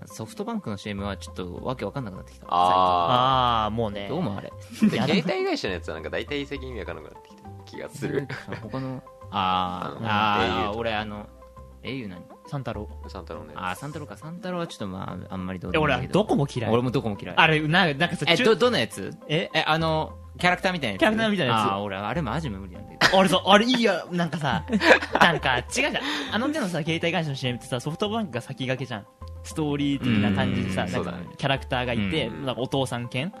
[SPEAKER 4] ソフトバンクの CM はちょっとわけわかんなくなってきた
[SPEAKER 3] あ
[SPEAKER 2] ああ、もうね。
[SPEAKER 4] どうもあれ
[SPEAKER 3] あ携帯会社のやつはなんか大体責任分からなくなってきた気がする
[SPEAKER 4] 他のあー
[SPEAKER 3] あの
[SPEAKER 4] あー俺あの英雄何
[SPEAKER 2] 三太郎。
[SPEAKER 3] サンタロの
[SPEAKER 4] あ
[SPEAKER 3] や
[SPEAKER 4] あ三太郎か三太郎はちょっとまああんまりどう
[SPEAKER 2] え、
[SPEAKER 4] でもい
[SPEAKER 2] 俺
[SPEAKER 4] いんだ
[SPEAKER 2] は
[SPEAKER 4] けど
[SPEAKER 2] どこも嫌い。
[SPEAKER 4] 俺もどこも嫌い
[SPEAKER 2] あれ、ななんかさ、
[SPEAKER 4] え
[SPEAKER 2] ちゅ
[SPEAKER 4] どどのやつ
[SPEAKER 2] え
[SPEAKER 4] えあのキャラクターみたいなやつ
[SPEAKER 2] キャラクターみたいなやつ
[SPEAKER 4] ああ俺あれマジ無理なんだけど
[SPEAKER 2] 俺さ、あれいいや、なんかさ、なんか違うじゃん。あの手のさ、携帯会社の CM ってさ、ソフトバンクが先駆けじゃん。ストーリー的な感じでさ、
[SPEAKER 4] うん
[SPEAKER 2] なん
[SPEAKER 3] そう
[SPEAKER 2] か
[SPEAKER 3] だね
[SPEAKER 2] キャラクターがいて、
[SPEAKER 3] うん
[SPEAKER 2] なんかお父さん犬。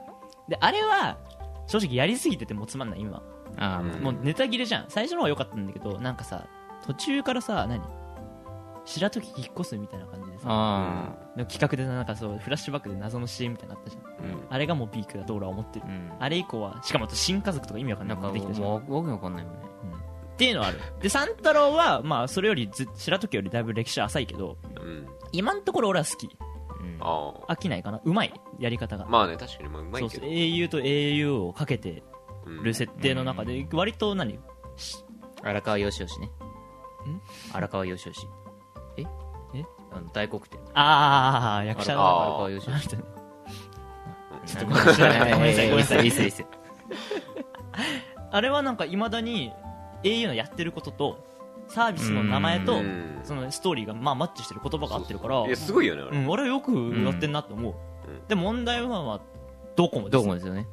[SPEAKER 2] で、あれは、正直やりすぎててもうつまんない、今。
[SPEAKER 4] ああ
[SPEAKER 3] うん
[SPEAKER 2] もうネタ切れじゃん。最初の方が良かったんだけど、なんかさ、途中からさ、何白時引っ越すみたいな感じでさ、
[SPEAKER 4] あ
[SPEAKER 2] の企画でさなんかそう、フラッシュバックで謎の CM みたいなのあったじゃん。
[SPEAKER 3] つうん
[SPEAKER 2] あれがもうピークだと俺は思ってる
[SPEAKER 4] あう。ん
[SPEAKER 2] あれ以降は、しかもあと新家族とか意味わかん
[SPEAKER 4] な
[SPEAKER 2] なんく
[SPEAKER 4] か
[SPEAKER 2] なってきたじゃん。
[SPEAKER 4] もうわけわかんないもんね
[SPEAKER 2] っていうのはあるで三太郎はまあそれよりず白時よりだいぶ歴史浅いけど
[SPEAKER 3] うん
[SPEAKER 2] 今のところ俺は好き
[SPEAKER 4] うん
[SPEAKER 3] ああ
[SPEAKER 2] 飽きないかなうまいやり方が、
[SPEAKER 3] まあね確かにまあうま
[SPEAKER 2] そ
[SPEAKER 3] いうけ
[SPEAKER 2] そう
[SPEAKER 3] ど
[SPEAKER 2] au と au をかけて
[SPEAKER 3] うん
[SPEAKER 2] る設定の中で割と何
[SPEAKER 4] 荒川よしよしね荒川よしよしえ
[SPEAKER 2] え
[SPEAKER 4] あの大黒天
[SPEAKER 2] ああ役者
[SPEAKER 4] 荒
[SPEAKER 2] の
[SPEAKER 4] 川荒川よしよし
[SPEAKER 2] ちょっとごめんなさいごめんなさいごめんなさい
[SPEAKER 4] いいっすいいっすいいっす
[SPEAKER 2] あれはなんかいまだに au のやってることとサービスの名前
[SPEAKER 3] う
[SPEAKER 2] と
[SPEAKER 3] ん
[SPEAKER 2] そのストーリーがまあマッチしてる言葉が合ってるから
[SPEAKER 3] いやすごいよねあ
[SPEAKER 2] う
[SPEAKER 3] れ
[SPEAKER 2] ん、俺はよくやってんなと思う、
[SPEAKER 3] うん
[SPEAKER 2] で問題はまあドコモで
[SPEAKER 4] ど
[SPEAKER 2] す
[SPEAKER 4] うもですよね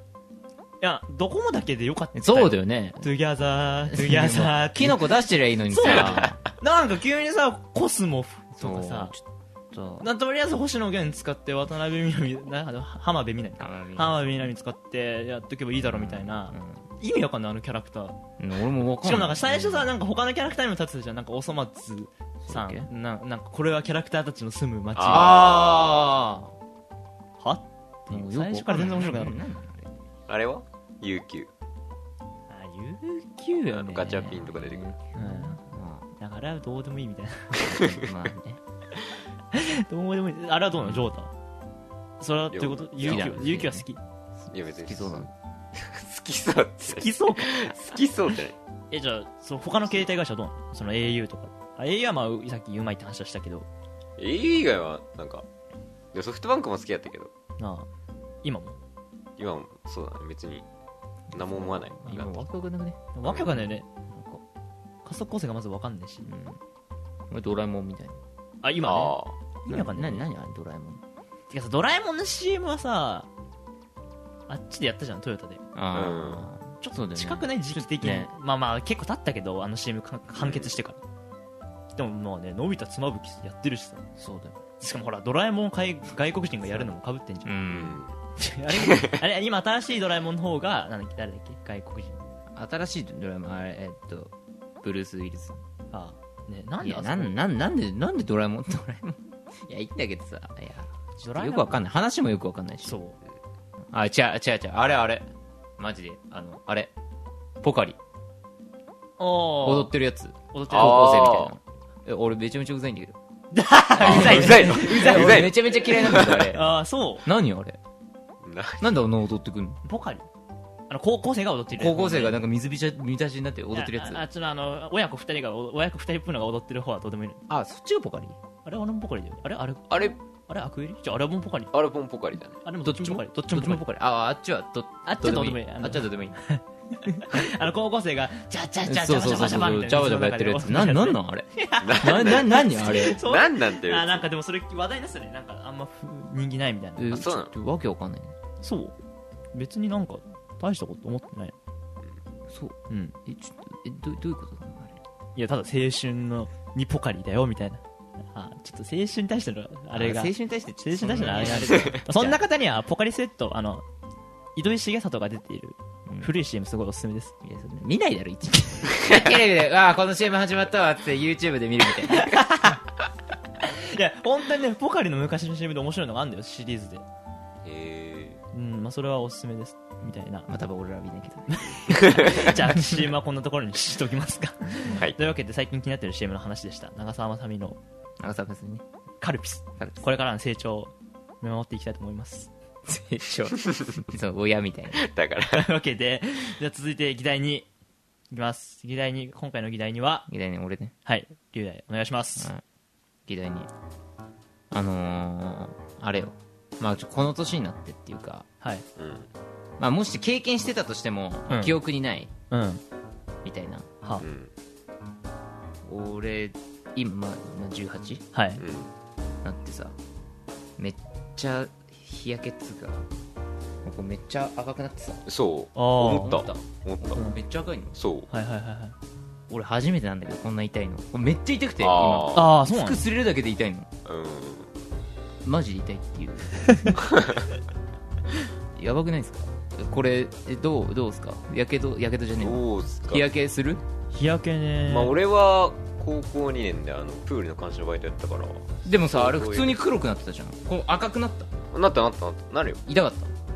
[SPEAKER 2] いやドコモだけでよかった
[SPEAKER 4] そうだ
[SPEAKER 2] よ
[SPEAKER 4] よね
[SPEAKER 2] トゥギャザートゥギャザ ー
[SPEAKER 4] キノコ出してりゃいいのに
[SPEAKER 2] そう
[SPEAKER 4] さ
[SPEAKER 2] なんか急にさコスモフとかさ
[SPEAKER 4] ちょっと
[SPEAKER 2] なんとりあえず星野源使って渡辺美波な浜辺美波か
[SPEAKER 4] 浜辺美波
[SPEAKER 2] 浜辺美波使ってやっとけばいいだろうみたいな、意味わかんないあのキャラクター
[SPEAKER 4] うん俺もわか
[SPEAKER 2] し
[SPEAKER 4] んない
[SPEAKER 2] かもなんか最初さなんか他のキャラクターにも立ってたじゃんなんかおそ松さ
[SPEAKER 4] そうだっ
[SPEAKER 2] んななんかこれはキャラクターたちの住む街は
[SPEAKER 4] ああ
[SPEAKER 2] っていう最初から全然面白くなかった
[SPEAKER 3] あれは UQ
[SPEAKER 2] あ、悠久よね。
[SPEAKER 3] ガチャ ピンとか出てくる
[SPEAKER 2] うん。
[SPEAKER 4] ま
[SPEAKER 2] だから、どうでもいいみたいな。
[SPEAKER 4] あまあね
[SPEAKER 2] どうでもいい。あれはどうなのジョータは。それは、ということ悠
[SPEAKER 4] きだ
[SPEAKER 2] 久。悠久は好き。
[SPEAKER 3] いや別に
[SPEAKER 4] 好きそうだな
[SPEAKER 3] 好きそうって
[SPEAKER 2] 好きそうか。
[SPEAKER 3] 好きそうじ ゃない
[SPEAKER 2] え、じゃあ、その他の携帯会社はどうなのその au とか。あ au はまあ、さっきうまいって話はしたけど、
[SPEAKER 3] au 以外はなんかいやソフトバンクも好きやったけど
[SPEAKER 2] なあ、今も。
[SPEAKER 3] 今もそうだね別に何も思わない
[SPEAKER 4] 今ワクワクなくね
[SPEAKER 2] わけわかんないよね。なんか加速構成がまずわかんないし。
[SPEAKER 4] 俺ドラえもんみたいな
[SPEAKER 2] あ、今ね。
[SPEAKER 3] ああ
[SPEAKER 2] 意味わかんない。
[SPEAKER 4] 何何あれドラえもん
[SPEAKER 2] てかさ、ドラえもんの CM はさ、あっちでやったじゃん、トヨタで。
[SPEAKER 4] ああちょっと
[SPEAKER 2] 近くない時期的に、
[SPEAKER 4] ね
[SPEAKER 2] まあまあ結構経ったけどあの CM か完結してから、でもまあねのび太妻夫木やってるしさ
[SPEAKER 4] そうだよ
[SPEAKER 2] しかもほらドラえもんを外外国人がやるのもかぶってんじゃん、
[SPEAKER 4] ん
[SPEAKER 2] あれ あれ今新しいドラえもんの方がなんだっけ誰だっけ外国人
[SPEAKER 4] 新しいドラえもんあれえっとブルース・ウィルス
[SPEAKER 2] ああねなん
[SPEAKER 4] い
[SPEAKER 2] であ
[SPEAKER 4] や
[SPEAKER 2] そ
[SPEAKER 4] な
[SPEAKER 2] こ
[SPEAKER 4] んなんなんでなんでドラえもんドラえもんいやいいんだけどさいやちょっとよくわかんない話もよくわかんないし
[SPEAKER 2] そう
[SPEAKER 4] あ違う違う違うあれあれマジであのあれポカリ
[SPEAKER 2] あ
[SPEAKER 4] 踊っ
[SPEAKER 2] 踊
[SPEAKER 4] てるやつ
[SPEAKER 2] 踊ってる
[SPEAKER 4] 高校生みたいなえ俺めちゃめちゃうざいんだけど
[SPEAKER 3] うざいうざいのうざいうざ
[SPEAKER 4] 俺
[SPEAKER 3] い
[SPEAKER 4] めちゃめちゃ嫌いなんだけどあれ
[SPEAKER 2] ああそう
[SPEAKER 4] 何あれ
[SPEAKER 3] のな
[SPEAKER 4] なんであんな踊ってくんの
[SPEAKER 2] ポカリあの高校生が踊ってる
[SPEAKER 4] 高校生が
[SPEAKER 2] 踊
[SPEAKER 4] なんか水びちゃ満たしになって踊ってるやつ
[SPEAKER 2] ああちょっとあの親子二人が親子二人っぽいのが踊ってる方はどうでもいいの
[SPEAKER 4] あそっちがポカリ
[SPEAKER 2] あれあれもポカリだよねあれあれ
[SPEAKER 3] あれ
[SPEAKER 2] あれアクエリじゃああれもポカリ
[SPEAKER 3] あれポンポカリだね
[SPEAKER 2] あれもどっちもポカリどっ
[SPEAKER 4] ど
[SPEAKER 2] ちも
[SPEAKER 4] っ
[SPEAKER 2] ポ
[SPEAKER 4] ち
[SPEAKER 2] カ
[SPEAKER 4] も
[SPEAKER 2] リ
[SPEAKER 4] ポカリああっちはど
[SPEAKER 2] あっちはどうでもいい
[SPEAKER 4] あっちはどうでもいい
[SPEAKER 2] あの高校生が、ちゃちゃちゃち
[SPEAKER 4] そ
[SPEAKER 2] ゃ
[SPEAKER 4] う
[SPEAKER 2] ち
[SPEAKER 4] そうそ
[SPEAKER 2] ゃ
[SPEAKER 4] う
[SPEAKER 2] ち
[SPEAKER 4] そ
[SPEAKER 2] ゃち
[SPEAKER 4] う
[SPEAKER 2] ゃみたいな。
[SPEAKER 4] ジャバジャバやってるやつななんなんあれな
[SPEAKER 3] な
[SPEAKER 4] な何あ れ
[SPEAKER 2] そう
[SPEAKER 3] なんなんて
[SPEAKER 2] あ、
[SPEAKER 3] あ
[SPEAKER 2] なんかでもそれ話題になってたね。なんかあんま人気ないみたいな。
[SPEAKER 4] え
[SPEAKER 3] そうなの
[SPEAKER 4] ちょっとわけわかんないね
[SPEAKER 2] そう。別になんか、大したこと思ってない。
[SPEAKER 4] そう
[SPEAKER 2] うん。
[SPEAKER 4] えちょっとえどどういうことなのあれ
[SPEAKER 2] いや、ただ青春のにポカリだよ、みたいな。あ、ちょっと青春に対しての、あれが。
[SPEAKER 4] 青
[SPEAKER 2] 青
[SPEAKER 4] 春に対して
[SPEAKER 2] 春に対してのあれがあ
[SPEAKER 4] そ
[SPEAKER 2] れ
[SPEAKER 4] んな
[SPEAKER 2] だよそんな方には、ポカリセット、あの、糸井重里が出ている、古い CM すごいおすすめです。
[SPEAKER 4] いやそんな見ないだろ一日テレビで「わあこの CM 始まったわ」っつって YouTube で見るみたいない
[SPEAKER 2] や、本当にね、ポカリの昔の CM で面白いのがあるんだよ、シリーズで。
[SPEAKER 3] え
[SPEAKER 2] うん、まあそれはおすすめです、みたいな。
[SPEAKER 4] まあ多分俺 らは見ないけど
[SPEAKER 2] じゃあ CM はこんなところにしときますか
[SPEAKER 3] ーはい
[SPEAKER 2] というわけで最近気になってる CM の話でした長澤まさみの
[SPEAKER 4] 長澤まさみね
[SPEAKER 2] カルピス
[SPEAKER 4] カルピス
[SPEAKER 2] これからの成長を見守っていきたいと思います
[SPEAKER 4] 成長そう親みたいな
[SPEAKER 3] だ から
[SPEAKER 2] というわけでじゃあ続いて議題にいきます議題に今回の議題には
[SPEAKER 4] 議題に俺ね
[SPEAKER 2] はい龍大お願いします、
[SPEAKER 4] はい議題にあのー、あれよまあちょこの年になってっていうか
[SPEAKER 2] はい
[SPEAKER 3] うん
[SPEAKER 4] まあもし経験してたとしても、
[SPEAKER 2] うん
[SPEAKER 4] 記憶にない
[SPEAKER 2] うん
[SPEAKER 4] みたいな
[SPEAKER 2] は
[SPEAKER 3] うん
[SPEAKER 4] 俺今まあ今18
[SPEAKER 2] はい
[SPEAKER 4] なってさめっちゃ日焼けっつうかここめっちゃ赤くなってさ
[SPEAKER 3] うんそう
[SPEAKER 2] あー
[SPEAKER 3] 思った
[SPEAKER 4] 思った
[SPEAKER 3] 思った
[SPEAKER 2] うん
[SPEAKER 4] めっちゃ赤いの
[SPEAKER 3] そう
[SPEAKER 2] はいはいはいはい
[SPEAKER 4] 俺初めてなんだけどこんな痛いのこれめっちゃ痛くて
[SPEAKER 3] あ
[SPEAKER 4] 今
[SPEAKER 2] ああそうなん
[SPEAKER 4] 服
[SPEAKER 2] です
[SPEAKER 4] 擦れるだけで痛いの
[SPEAKER 3] うん
[SPEAKER 4] マジで痛いって いうやばくないですかこれえどうどうですかやけどやけどじゃねえわ
[SPEAKER 3] どうっすか
[SPEAKER 4] 日焼けする
[SPEAKER 2] 日焼けね
[SPEAKER 3] まあ俺は高校2年であのプールの監視のバイトやったから
[SPEAKER 4] でもさあれ
[SPEAKER 3] こういう
[SPEAKER 4] 普通に黒くなってたじゃんこの赤くなった
[SPEAKER 3] なったなったなったなるよ
[SPEAKER 4] 痛かっ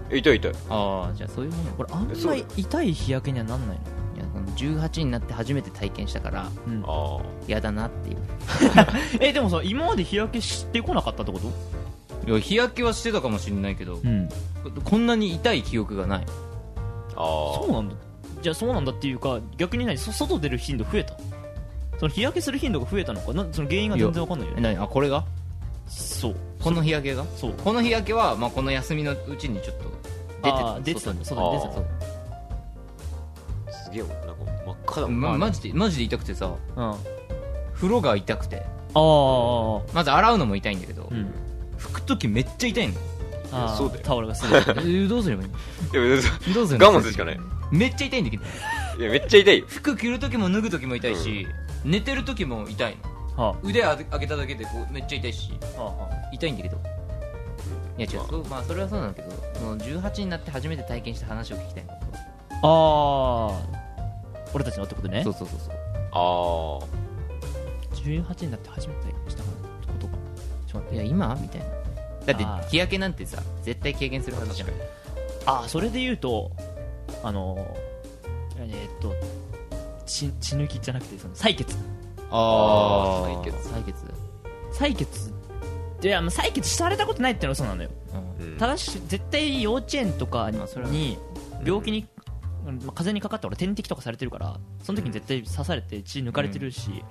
[SPEAKER 3] え痛い痛い
[SPEAKER 4] たああじゃあそういうもんこ
[SPEAKER 2] こ
[SPEAKER 4] れ
[SPEAKER 2] れあんまり痛い日焼けにはなんないの
[SPEAKER 4] いやこの18になって初めて体験したから
[SPEAKER 2] うん
[SPEAKER 3] ああ
[SPEAKER 4] 嫌だなっていう
[SPEAKER 2] えでもさ今まで日焼けしてこなかったってこと
[SPEAKER 4] いや日焼けはしてたかもしれないけど、
[SPEAKER 2] うん。
[SPEAKER 4] こんなに痛い記憶がない
[SPEAKER 3] あ
[SPEAKER 2] そうなんだ。じゃあそうなんだっていうか、逆に何そ外出る頻度増えたその日焼けする頻度が増えたのかなその原因が全然わかんないよ
[SPEAKER 4] え
[SPEAKER 2] ね。
[SPEAKER 4] 何あこれが
[SPEAKER 2] そう。
[SPEAKER 4] この日焼けが
[SPEAKER 2] そう。
[SPEAKER 4] この日焼けは、まあ、この休みのうちにちょっと出て
[SPEAKER 2] あー出てたんだ、外に出て
[SPEAKER 3] あ
[SPEAKER 2] た。
[SPEAKER 3] あすげえなんか真っ赤だ
[SPEAKER 4] た
[SPEAKER 3] もん、
[SPEAKER 4] ま、マジでマジで痛くてさ
[SPEAKER 2] うん。あ
[SPEAKER 4] 風呂が痛くて
[SPEAKER 2] あー、
[SPEAKER 4] まず洗うのも痛いんだけど、
[SPEAKER 2] うん。
[SPEAKER 4] 拭く時めっちゃ 痛いの
[SPEAKER 2] あー
[SPEAKER 3] そうだよ
[SPEAKER 2] タオルがすぐ。
[SPEAKER 4] えーどうすればいい の
[SPEAKER 3] いや
[SPEAKER 4] どうすればいいの
[SPEAKER 3] 我慢するしかない
[SPEAKER 4] めっちゃ痛いんだけど
[SPEAKER 3] いやめっちゃ痛いよ
[SPEAKER 4] 服着る時も脱ぐ時も痛いし、寝てる時も痛いの
[SPEAKER 2] は
[SPEAKER 4] 腕上げただけでこうめっちゃ痛いし
[SPEAKER 2] あ、はあ、は
[SPEAKER 4] 痛いんだけどいや違うそうまあそれはそうなんだけどその18になって初めて体験した話を聞きたいの
[SPEAKER 2] あ。あー俺たちのってことね
[SPEAKER 4] そう。そうそうそう
[SPEAKER 3] あ
[SPEAKER 2] 18になって初めてしたことか。ちょっと待って。
[SPEAKER 4] いや今みたいなだ
[SPEAKER 2] あ
[SPEAKER 4] っ
[SPEAKER 2] ー
[SPEAKER 4] て日焼けなんてさ絶対経験するはずじゃん
[SPEAKER 2] ああそれで言うとあのえーっと血血抜きじゃなくてその採血
[SPEAKER 3] あ
[SPEAKER 4] 採
[SPEAKER 3] ー
[SPEAKER 4] 血採血
[SPEAKER 2] 採血いやまあ採血されたことないってのはそうなのよ
[SPEAKER 4] うん
[SPEAKER 3] ー、うん、
[SPEAKER 2] ただし絶対幼稚園とかに
[SPEAKER 4] まあそれは
[SPEAKER 2] 病気に、うんまあ風邪にかかって俺点滴とかされてるからその時に絶対刺されて血抜かれてるし、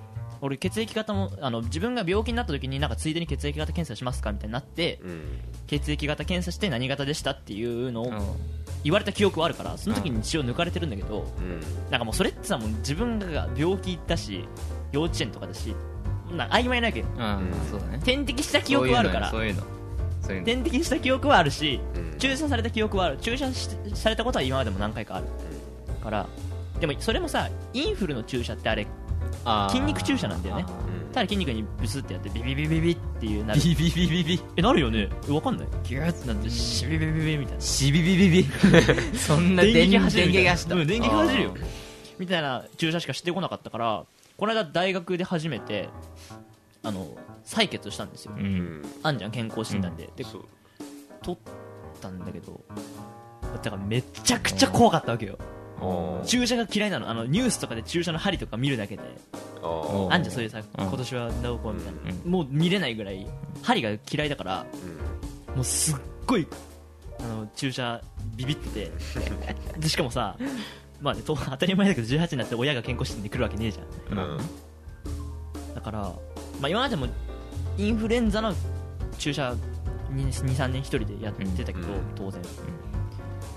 [SPEAKER 2] 俺血液型もあの自分が病気になった時になんかついでに血液型検査しますかみたいになって
[SPEAKER 3] うん
[SPEAKER 2] 血液型検査して何型でしたっていうのを言われた記憶はあるからその時に血を抜かれてるんだけど、
[SPEAKER 3] うん
[SPEAKER 2] なんかもうそれってさもう自分が病気だし幼稚園とかだしなんか曖昧なわけよ
[SPEAKER 4] うん、
[SPEAKER 3] うん
[SPEAKER 4] そうだね
[SPEAKER 2] 点滴した記憶はあるから
[SPEAKER 4] そういうのそういうのそういうの
[SPEAKER 2] 点滴した記憶はあるし
[SPEAKER 3] うん
[SPEAKER 2] 注射された記憶はある注射しされたことは今までも何回かあるからでもそれもさインフルの注射ってあれ
[SPEAKER 4] あー
[SPEAKER 2] 筋肉注射なんだよね
[SPEAKER 3] うん
[SPEAKER 2] ただ筋肉にブスってやってビビビビビっていうな
[SPEAKER 4] あ
[SPEAKER 2] る
[SPEAKER 4] ービビビビビ
[SPEAKER 2] えなるよねえわかんないギューってなってシビビビビみたいな
[SPEAKER 4] シビビビビ そんな電撃走る
[SPEAKER 2] み
[SPEAKER 4] 電撃
[SPEAKER 2] たいな
[SPEAKER 4] 走った
[SPEAKER 2] うん電撃走るよみたいな注射しかしてこなかったからこの間大学で初めてあの採血したんですよ、
[SPEAKER 4] う
[SPEAKER 3] うんん
[SPEAKER 2] あんじゃん健康診断で、で
[SPEAKER 3] そう
[SPEAKER 2] 取ったんだけどだからめちゃくちゃ怖かったわけよ
[SPEAKER 3] あー
[SPEAKER 2] 注射が嫌いなのあのニュースとかで注射の針とか見るだけで
[SPEAKER 3] あ
[SPEAKER 2] あんじゃんそういうさ
[SPEAKER 4] うん
[SPEAKER 2] 今年はどうこうみたいな、
[SPEAKER 4] う
[SPEAKER 2] もう見れないぐらい針が嫌いだから
[SPEAKER 3] ーうん
[SPEAKER 2] もうすっごいあの注射ビビっ ててでしかもさまあね、と当たり前だけど18になって親が健康診断に来るわけねえじゃん
[SPEAKER 3] うん
[SPEAKER 2] だから、まあ、今までもインフルエンザの注射23年一人でやってたけど、
[SPEAKER 3] うん
[SPEAKER 2] 当然、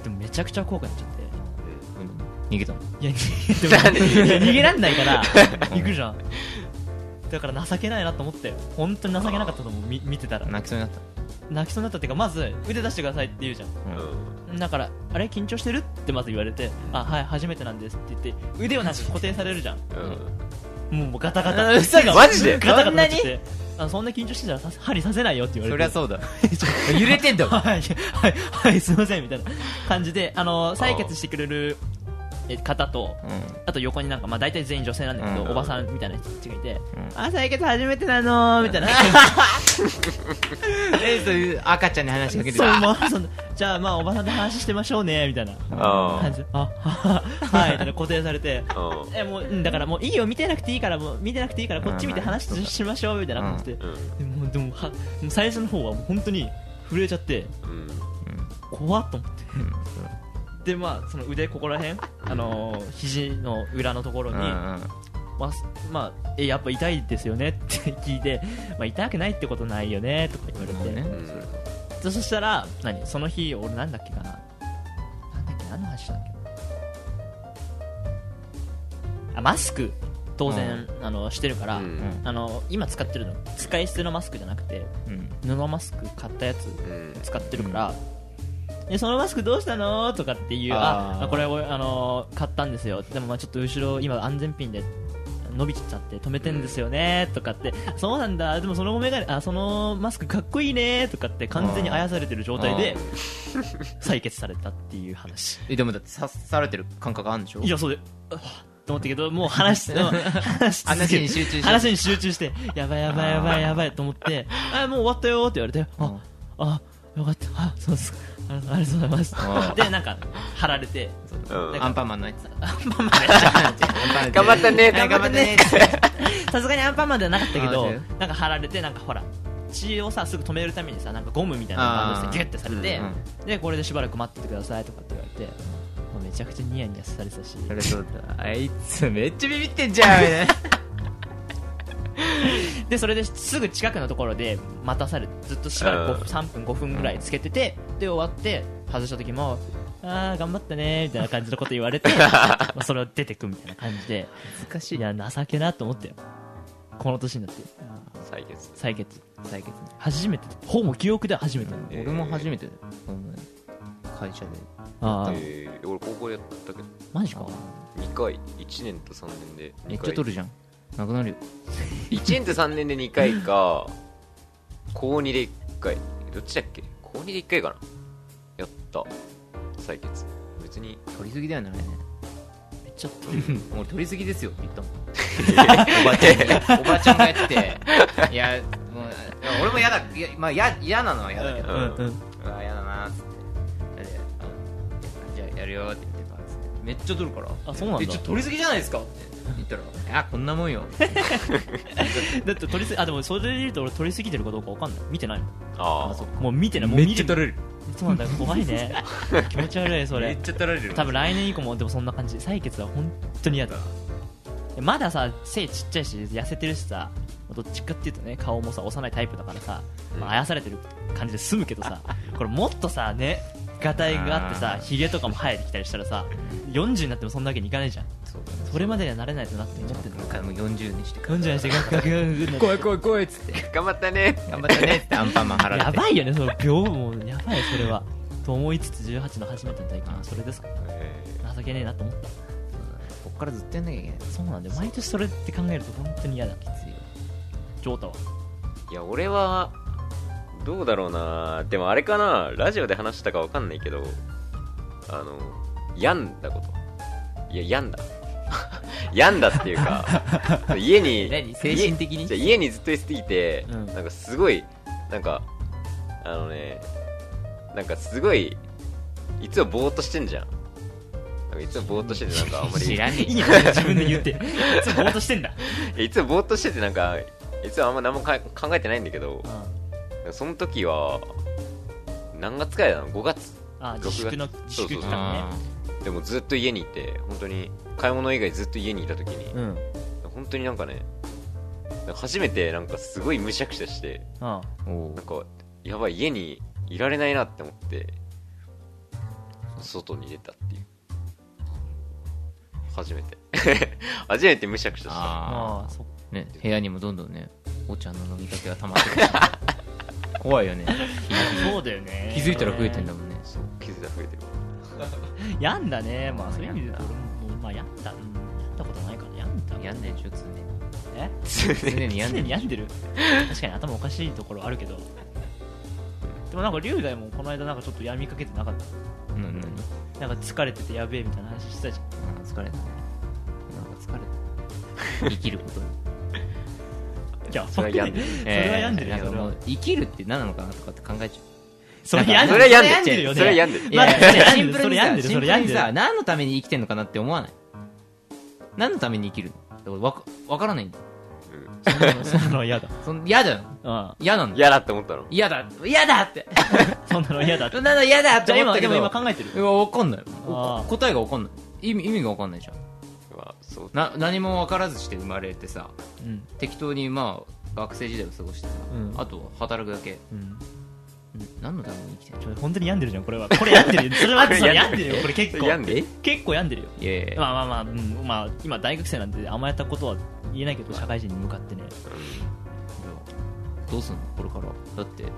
[SPEAKER 2] でもめちゃくちゃ怖くなっちゃって
[SPEAKER 4] 逃げたの
[SPEAKER 2] いや逃げてもいや逃げらんないから行くじゃんだから情けないなと思って本当に情けなかったと思うみ見てたら
[SPEAKER 4] 泣きそうになっ
[SPEAKER 2] 泣きそうになったっていうかまず腕出してくださいって言うじゃん
[SPEAKER 4] た、
[SPEAKER 3] う
[SPEAKER 4] うん
[SPEAKER 3] ん
[SPEAKER 2] だからあれ緊張してるってまず言われてあはい初めてなんですって言って腕をなんか固定されるじゃん
[SPEAKER 3] うん
[SPEAKER 2] もうもうガタガ
[SPEAKER 4] う
[SPEAKER 2] タ
[SPEAKER 4] ん嘘
[SPEAKER 2] が
[SPEAKER 3] マジで
[SPEAKER 2] ガタガタなっちゃってあそんな緊張してたらさ針させないよって言われて
[SPEAKER 4] そりゃそうだ揺れてんだもん
[SPEAKER 2] はい、はい、はい、すいません、みたいな感じで、あの、採血してくれるえ方と、あと横になんか、まあ大体全員女性なんだけど、
[SPEAKER 4] うん
[SPEAKER 2] おばさんみたいな人たちがいて、
[SPEAKER 4] うん
[SPEAKER 2] あ、採血初めてなのー、みたいな。
[SPEAKER 4] えそういう赤ちゃんに話しかけて
[SPEAKER 2] そう、もう、そんなじゃあまあおばさんで話してましょうね、みたいな
[SPEAKER 3] あ
[SPEAKER 2] 感じで、あ、はははい、みたいな固定されて、
[SPEAKER 3] あ
[SPEAKER 2] え、もう、うんだからもういいよ、見てなくていいから、もう見てなくていいから、こっち見て話ししましょう、みたいな感じで。
[SPEAKER 3] うん
[SPEAKER 2] でもう、でも、は、もう最初の方はもう本当に震えちゃって、
[SPEAKER 3] うん
[SPEAKER 2] 怖っと思って。でまあその腕ここら辺あのー肘の裏のところに、まあすまあえやっぱ痛いですよねって聞いて、まあ、痛くないってことないよねとか言われて、
[SPEAKER 4] ね
[SPEAKER 3] うん
[SPEAKER 2] でそしたら何その日俺なんだっけかななんだっけ何の話したんだっけあマスク当然、あのしてるから、
[SPEAKER 3] うん
[SPEAKER 2] あの今使ってるの使い捨てのマスクじゃなくて布マスク買ったやつ
[SPEAKER 3] うん
[SPEAKER 2] 使ってるから、えそのマスクどうしたのとかっていう
[SPEAKER 4] あ
[SPEAKER 2] あ
[SPEAKER 4] ー
[SPEAKER 2] これを、あのー買ったんですよでもまあちょっと後ろ今安全ピンで伸びちゃって止めてんですよねとかってそうなんだでもそのメガネあそのマスクかっこいいねとかって完全にあやされてる状態で採血されたっていう話
[SPEAKER 4] えでもだって刺されてる感覚あるんでしょ
[SPEAKER 2] いやそうであと思ったけどもう話 しでも話
[SPEAKER 4] 話に集
[SPEAKER 2] し続け
[SPEAKER 4] 中して
[SPEAKER 2] 話に集中してやばいやばいやばいやばいと思ってあもう終わったよって言われてあ、
[SPEAKER 4] うん
[SPEAKER 2] あよかったあそうですかあありがとうございます
[SPEAKER 4] うん
[SPEAKER 2] でなんか貼ら れて
[SPEAKER 3] うん
[SPEAKER 4] アンパンマンのやつ
[SPEAKER 2] まあまあ
[SPEAKER 3] 頑張ったね
[SPEAKER 2] 頑張っ
[SPEAKER 4] 頑
[SPEAKER 2] たね
[SPEAKER 4] 張ったね
[SPEAKER 2] さすがにアンパンマンではなかったけど
[SPEAKER 4] あー違う
[SPEAKER 2] なんか貼られてなんかほら血をさすぐ止めるためにさなんかゴムみたいなのがあるんですよギュッてされて、
[SPEAKER 4] うん
[SPEAKER 2] でこれでしばらく待っててくださいとかって言われて、もうめちゃくちゃニヤニヤされてたし
[SPEAKER 4] それそうだあいつめっちゃビビってんじ ゃんみたいな
[SPEAKER 2] でそれですぐ近くのところで待たされてずっとしばらく
[SPEAKER 3] うん
[SPEAKER 2] 5 3分5分ぐらいつけててで終わって外した時もああ頑張ったねみたいな感じのこと言わ れてまあそれを出てくみたいな感じで
[SPEAKER 4] 難し
[SPEAKER 2] いや情けなと思ったよこの年になって
[SPEAKER 3] 採血
[SPEAKER 2] 採血
[SPEAKER 4] 採血ね
[SPEAKER 2] 初めてほぼ記憶では初めて、
[SPEAKER 3] えー
[SPEAKER 4] 俺も初めてだよこの会社で
[SPEAKER 2] ああ
[SPEAKER 3] えー、俺高校やったけど
[SPEAKER 2] マジか
[SPEAKER 3] 2回1年と3年で
[SPEAKER 4] めっちゃ取る
[SPEAKER 3] る
[SPEAKER 4] じゃんなくなるよ
[SPEAKER 3] 1年と3年で2回か高2で1回どっちだっけ高2で1回かなやった採血別に
[SPEAKER 4] 取りすぎだ よね
[SPEAKER 2] めっちゃ
[SPEAKER 4] 俺取りすぎですよって言ったもんおばちゃんにおばちゃんがやっていやもういや俺も嫌だいやまあ嫌嫌なのは嫌だけど
[SPEAKER 3] うん
[SPEAKER 2] うん
[SPEAKER 4] うわ嫌だなーっつってであじゃあやるよーって言ってばつってめっちゃ取るから
[SPEAKER 2] あそうなんだ
[SPEAKER 4] えちょっと取りすぎじゃないですかって言ったら「あこんなもんよ
[SPEAKER 2] だって取りすぎあでもそれで言うと俺取りすぎてるかどうかわかんない見てないもん
[SPEAKER 3] あ
[SPEAKER 2] そ
[SPEAKER 3] あ
[SPEAKER 2] うもう見てないもう見る
[SPEAKER 4] れる
[SPEAKER 2] そうなんだ怖い ね気持ち悪いそ
[SPEAKER 4] め
[SPEAKER 2] れ
[SPEAKER 4] っちゃ取られる
[SPEAKER 2] 多分来年以降もでもそんな感じ採血は本当に嫌だまださ背ちっちゃいし痩せてるしさどっちかっていうとね顔もさ幼いタイプだからさ、まあ、あやされてる感じで済むけ どさこれもっとさねがたいがあってさ
[SPEAKER 4] あー
[SPEAKER 2] ひげとかも生えてきたりしたらさ40になってもそんなわけにいかないじゃん
[SPEAKER 4] そうだ
[SPEAKER 2] それまでにはなれないとなって思ってんの
[SPEAKER 4] 一回もう40にして
[SPEAKER 2] 40にしてガクガクガクガク
[SPEAKER 4] 怖い怖い怖いっつって
[SPEAKER 3] 頑張ったね
[SPEAKER 4] 頑張ったねっつってアンパンマン払って
[SPEAKER 2] やばいよねその秒もうやばいそれはと思いつつ18の初めての体験はそれですから
[SPEAKER 3] え
[SPEAKER 2] 情けねえなと思った
[SPEAKER 4] こっからずっとやんなきゃいけない
[SPEAKER 2] そうなんだよ毎年それって考えると本当に嫌だきついジョータは
[SPEAKER 3] ーいや俺はどうだろうなでもあれかなラジオで話したかわかんないけどあの病んだこといや病んだ 病んだっていうか家に
[SPEAKER 4] 何精神的に
[SPEAKER 3] じゃあ家にずっといすぎて、
[SPEAKER 2] うん
[SPEAKER 3] なんかすごいなんかあのねなんかすごいいつもぼーっとしてんじゃんなんかいつもぼーっとしててなんかあんま り
[SPEAKER 4] 知らねえ
[SPEAKER 2] いいよ自分で言っていつもぼーっとしてんだ
[SPEAKER 3] えいつもぼーっとしててなんかいつもあんま何もか考えてないんだけどその時は何月くらいなの5月
[SPEAKER 2] あ
[SPEAKER 3] 6
[SPEAKER 2] 自
[SPEAKER 3] 月
[SPEAKER 2] 粛の自粛期
[SPEAKER 3] そうそう
[SPEAKER 2] 間ね
[SPEAKER 3] でもずっと家にいて本当に買い物以外ずっと家にいた時に、
[SPEAKER 2] うん
[SPEAKER 3] 本当になんかねなんか初めてなんかすごいむしゃくしゃして
[SPEAKER 2] うん
[SPEAKER 4] お
[SPEAKER 3] なんかやばい家にいられないなって思って外に出たっていう初めて 初めてむしゃくしゃした
[SPEAKER 4] あ
[SPEAKER 2] ああそっか
[SPEAKER 4] あね部屋にもどんどんねお茶の飲みかけが溜まって くる怖いよね
[SPEAKER 2] そうだよね
[SPEAKER 4] 気づいたら増えてんだもんね
[SPEAKER 3] そう傷が増えてる
[SPEAKER 2] 病んだねまあそういう意味で言うと俺もまあ病んだうん病んだことないから病んだ
[SPEAKER 4] やんないでしょ常に
[SPEAKER 2] え
[SPEAKER 4] 常にやんな
[SPEAKER 2] 常
[SPEAKER 4] い
[SPEAKER 2] に病んでる確かに頭おかしいところあるけどでもなんか龍大もこの間なんかちょっと病みかけてなかっ
[SPEAKER 4] うんうん
[SPEAKER 2] たなんか疲れててやべえみたいな話してたじゃん
[SPEAKER 4] あー疲れたねなんか疲れた生きる ことに
[SPEAKER 2] いや
[SPEAKER 3] それは病んでる
[SPEAKER 2] それは病んでるよ
[SPEAKER 4] えーなんかもう生きるって何なのかなとかって考えちゃ
[SPEAKER 2] それ病んで
[SPEAKER 3] そ
[SPEAKER 2] る
[SPEAKER 3] れは病んでる
[SPEAKER 2] よね
[SPEAKER 3] それは病んで
[SPEAKER 4] う
[SPEAKER 3] る
[SPEAKER 2] いやいや
[SPEAKER 4] シンプルに
[SPEAKER 2] それ病ん
[SPEAKER 4] さ
[SPEAKER 2] でる
[SPEAKER 4] シ
[SPEAKER 2] そ
[SPEAKER 4] ンプル
[SPEAKER 2] れ病ん
[SPEAKER 4] に
[SPEAKER 2] でる
[SPEAKER 4] さ何のために生きてんのかなって思わない何のために生きるのだからわかわからないんだよ
[SPEAKER 2] そんなの嫌だ
[SPEAKER 4] その嫌だよ
[SPEAKER 2] うん
[SPEAKER 4] 嫌なん
[SPEAKER 3] うん
[SPEAKER 4] だよ
[SPEAKER 3] 嫌だって思ったの
[SPEAKER 4] 嫌だ嫌だって
[SPEAKER 2] そんなの嫌だって
[SPEAKER 4] そん なの嫌だって
[SPEAKER 2] じゃあ
[SPEAKER 4] 思った
[SPEAKER 2] 今
[SPEAKER 4] け
[SPEAKER 2] で
[SPEAKER 4] ど
[SPEAKER 2] も今考えてる
[SPEAKER 4] うわわかんない
[SPEAKER 2] あー
[SPEAKER 4] お答えがわかんない意味意味がわかんないじゃん
[SPEAKER 3] まあそう
[SPEAKER 4] な何もわからずして生まれてさ
[SPEAKER 2] うん
[SPEAKER 4] 適当にまあ学生時代を過ごしてさ、
[SPEAKER 2] うん
[SPEAKER 4] あと働くだけ
[SPEAKER 2] うん
[SPEAKER 4] 何のために生きてんの
[SPEAKER 2] ちょ本当に病んでるじゃんこれはこれ病ん でるよそれは
[SPEAKER 3] これ
[SPEAKER 2] それ
[SPEAKER 3] 病ん
[SPEAKER 2] 病ん
[SPEAKER 3] で
[SPEAKER 2] で
[SPEAKER 3] る
[SPEAKER 2] るよこれ結構
[SPEAKER 3] 病んで
[SPEAKER 2] 結構病んでるよ
[SPEAKER 4] いやいやいや
[SPEAKER 2] まあまあまあ、うんまあ、今大学生なんで甘えたことは言えないけど社会人に向かってね
[SPEAKER 4] どうすんのこれからだって
[SPEAKER 3] でも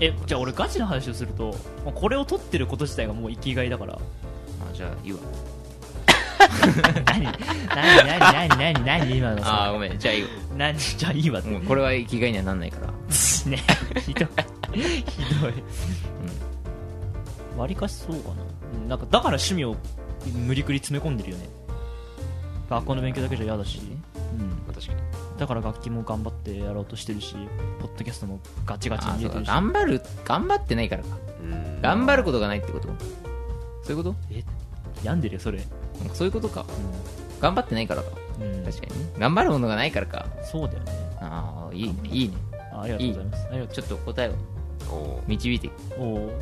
[SPEAKER 2] えじゃあ俺ガチな話をするとまあこれを取ってること自体がもう生きがいだから
[SPEAKER 4] まあじゃあいいわ
[SPEAKER 2] 何何何何何何今の
[SPEAKER 4] ああ
[SPEAKER 2] さ
[SPEAKER 4] ごめんじゃあいいわ
[SPEAKER 2] 何じゃあいいわって
[SPEAKER 4] もうこれは生きがいにはなんないから
[SPEAKER 2] ね ひどいひどいわりかしそうかなうんなんかだから趣味を無理くり詰め込んでるよね学校の勉強だけじゃ嫌だし、うん、
[SPEAKER 3] まあ確かに
[SPEAKER 2] だから楽器も頑張ってやろうとしてるしポッドキャストもガチガチ
[SPEAKER 4] あ
[SPEAKER 2] に
[SPEAKER 4] ー
[SPEAKER 2] 入
[SPEAKER 4] そう
[SPEAKER 2] れて
[SPEAKER 4] か
[SPEAKER 2] るし
[SPEAKER 4] 頑張る頑張ってないからか
[SPEAKER 3] うん
[SPEAKER 4] 頑張ることがないってことそういうこと
[SPEAKER 2] え病んでるよそれ、
[SPEAKER 4] なんかそういうことか頑張ってないからか
[SPEAKER 2] うんうん
[SPEAKER 4] 確かにね頑張るものがないからか
[SPEAKER 2] そうだよね
[SPEAKER 4] ああいいねいいね
[SPEAKER 2] ああありがとうございます。ありがと
[SPEAKER 4] ちょっと答えを
[SPEAKER 3] おー
[SPEAKER 4] 導いて。
[SPEAKER 2] うおー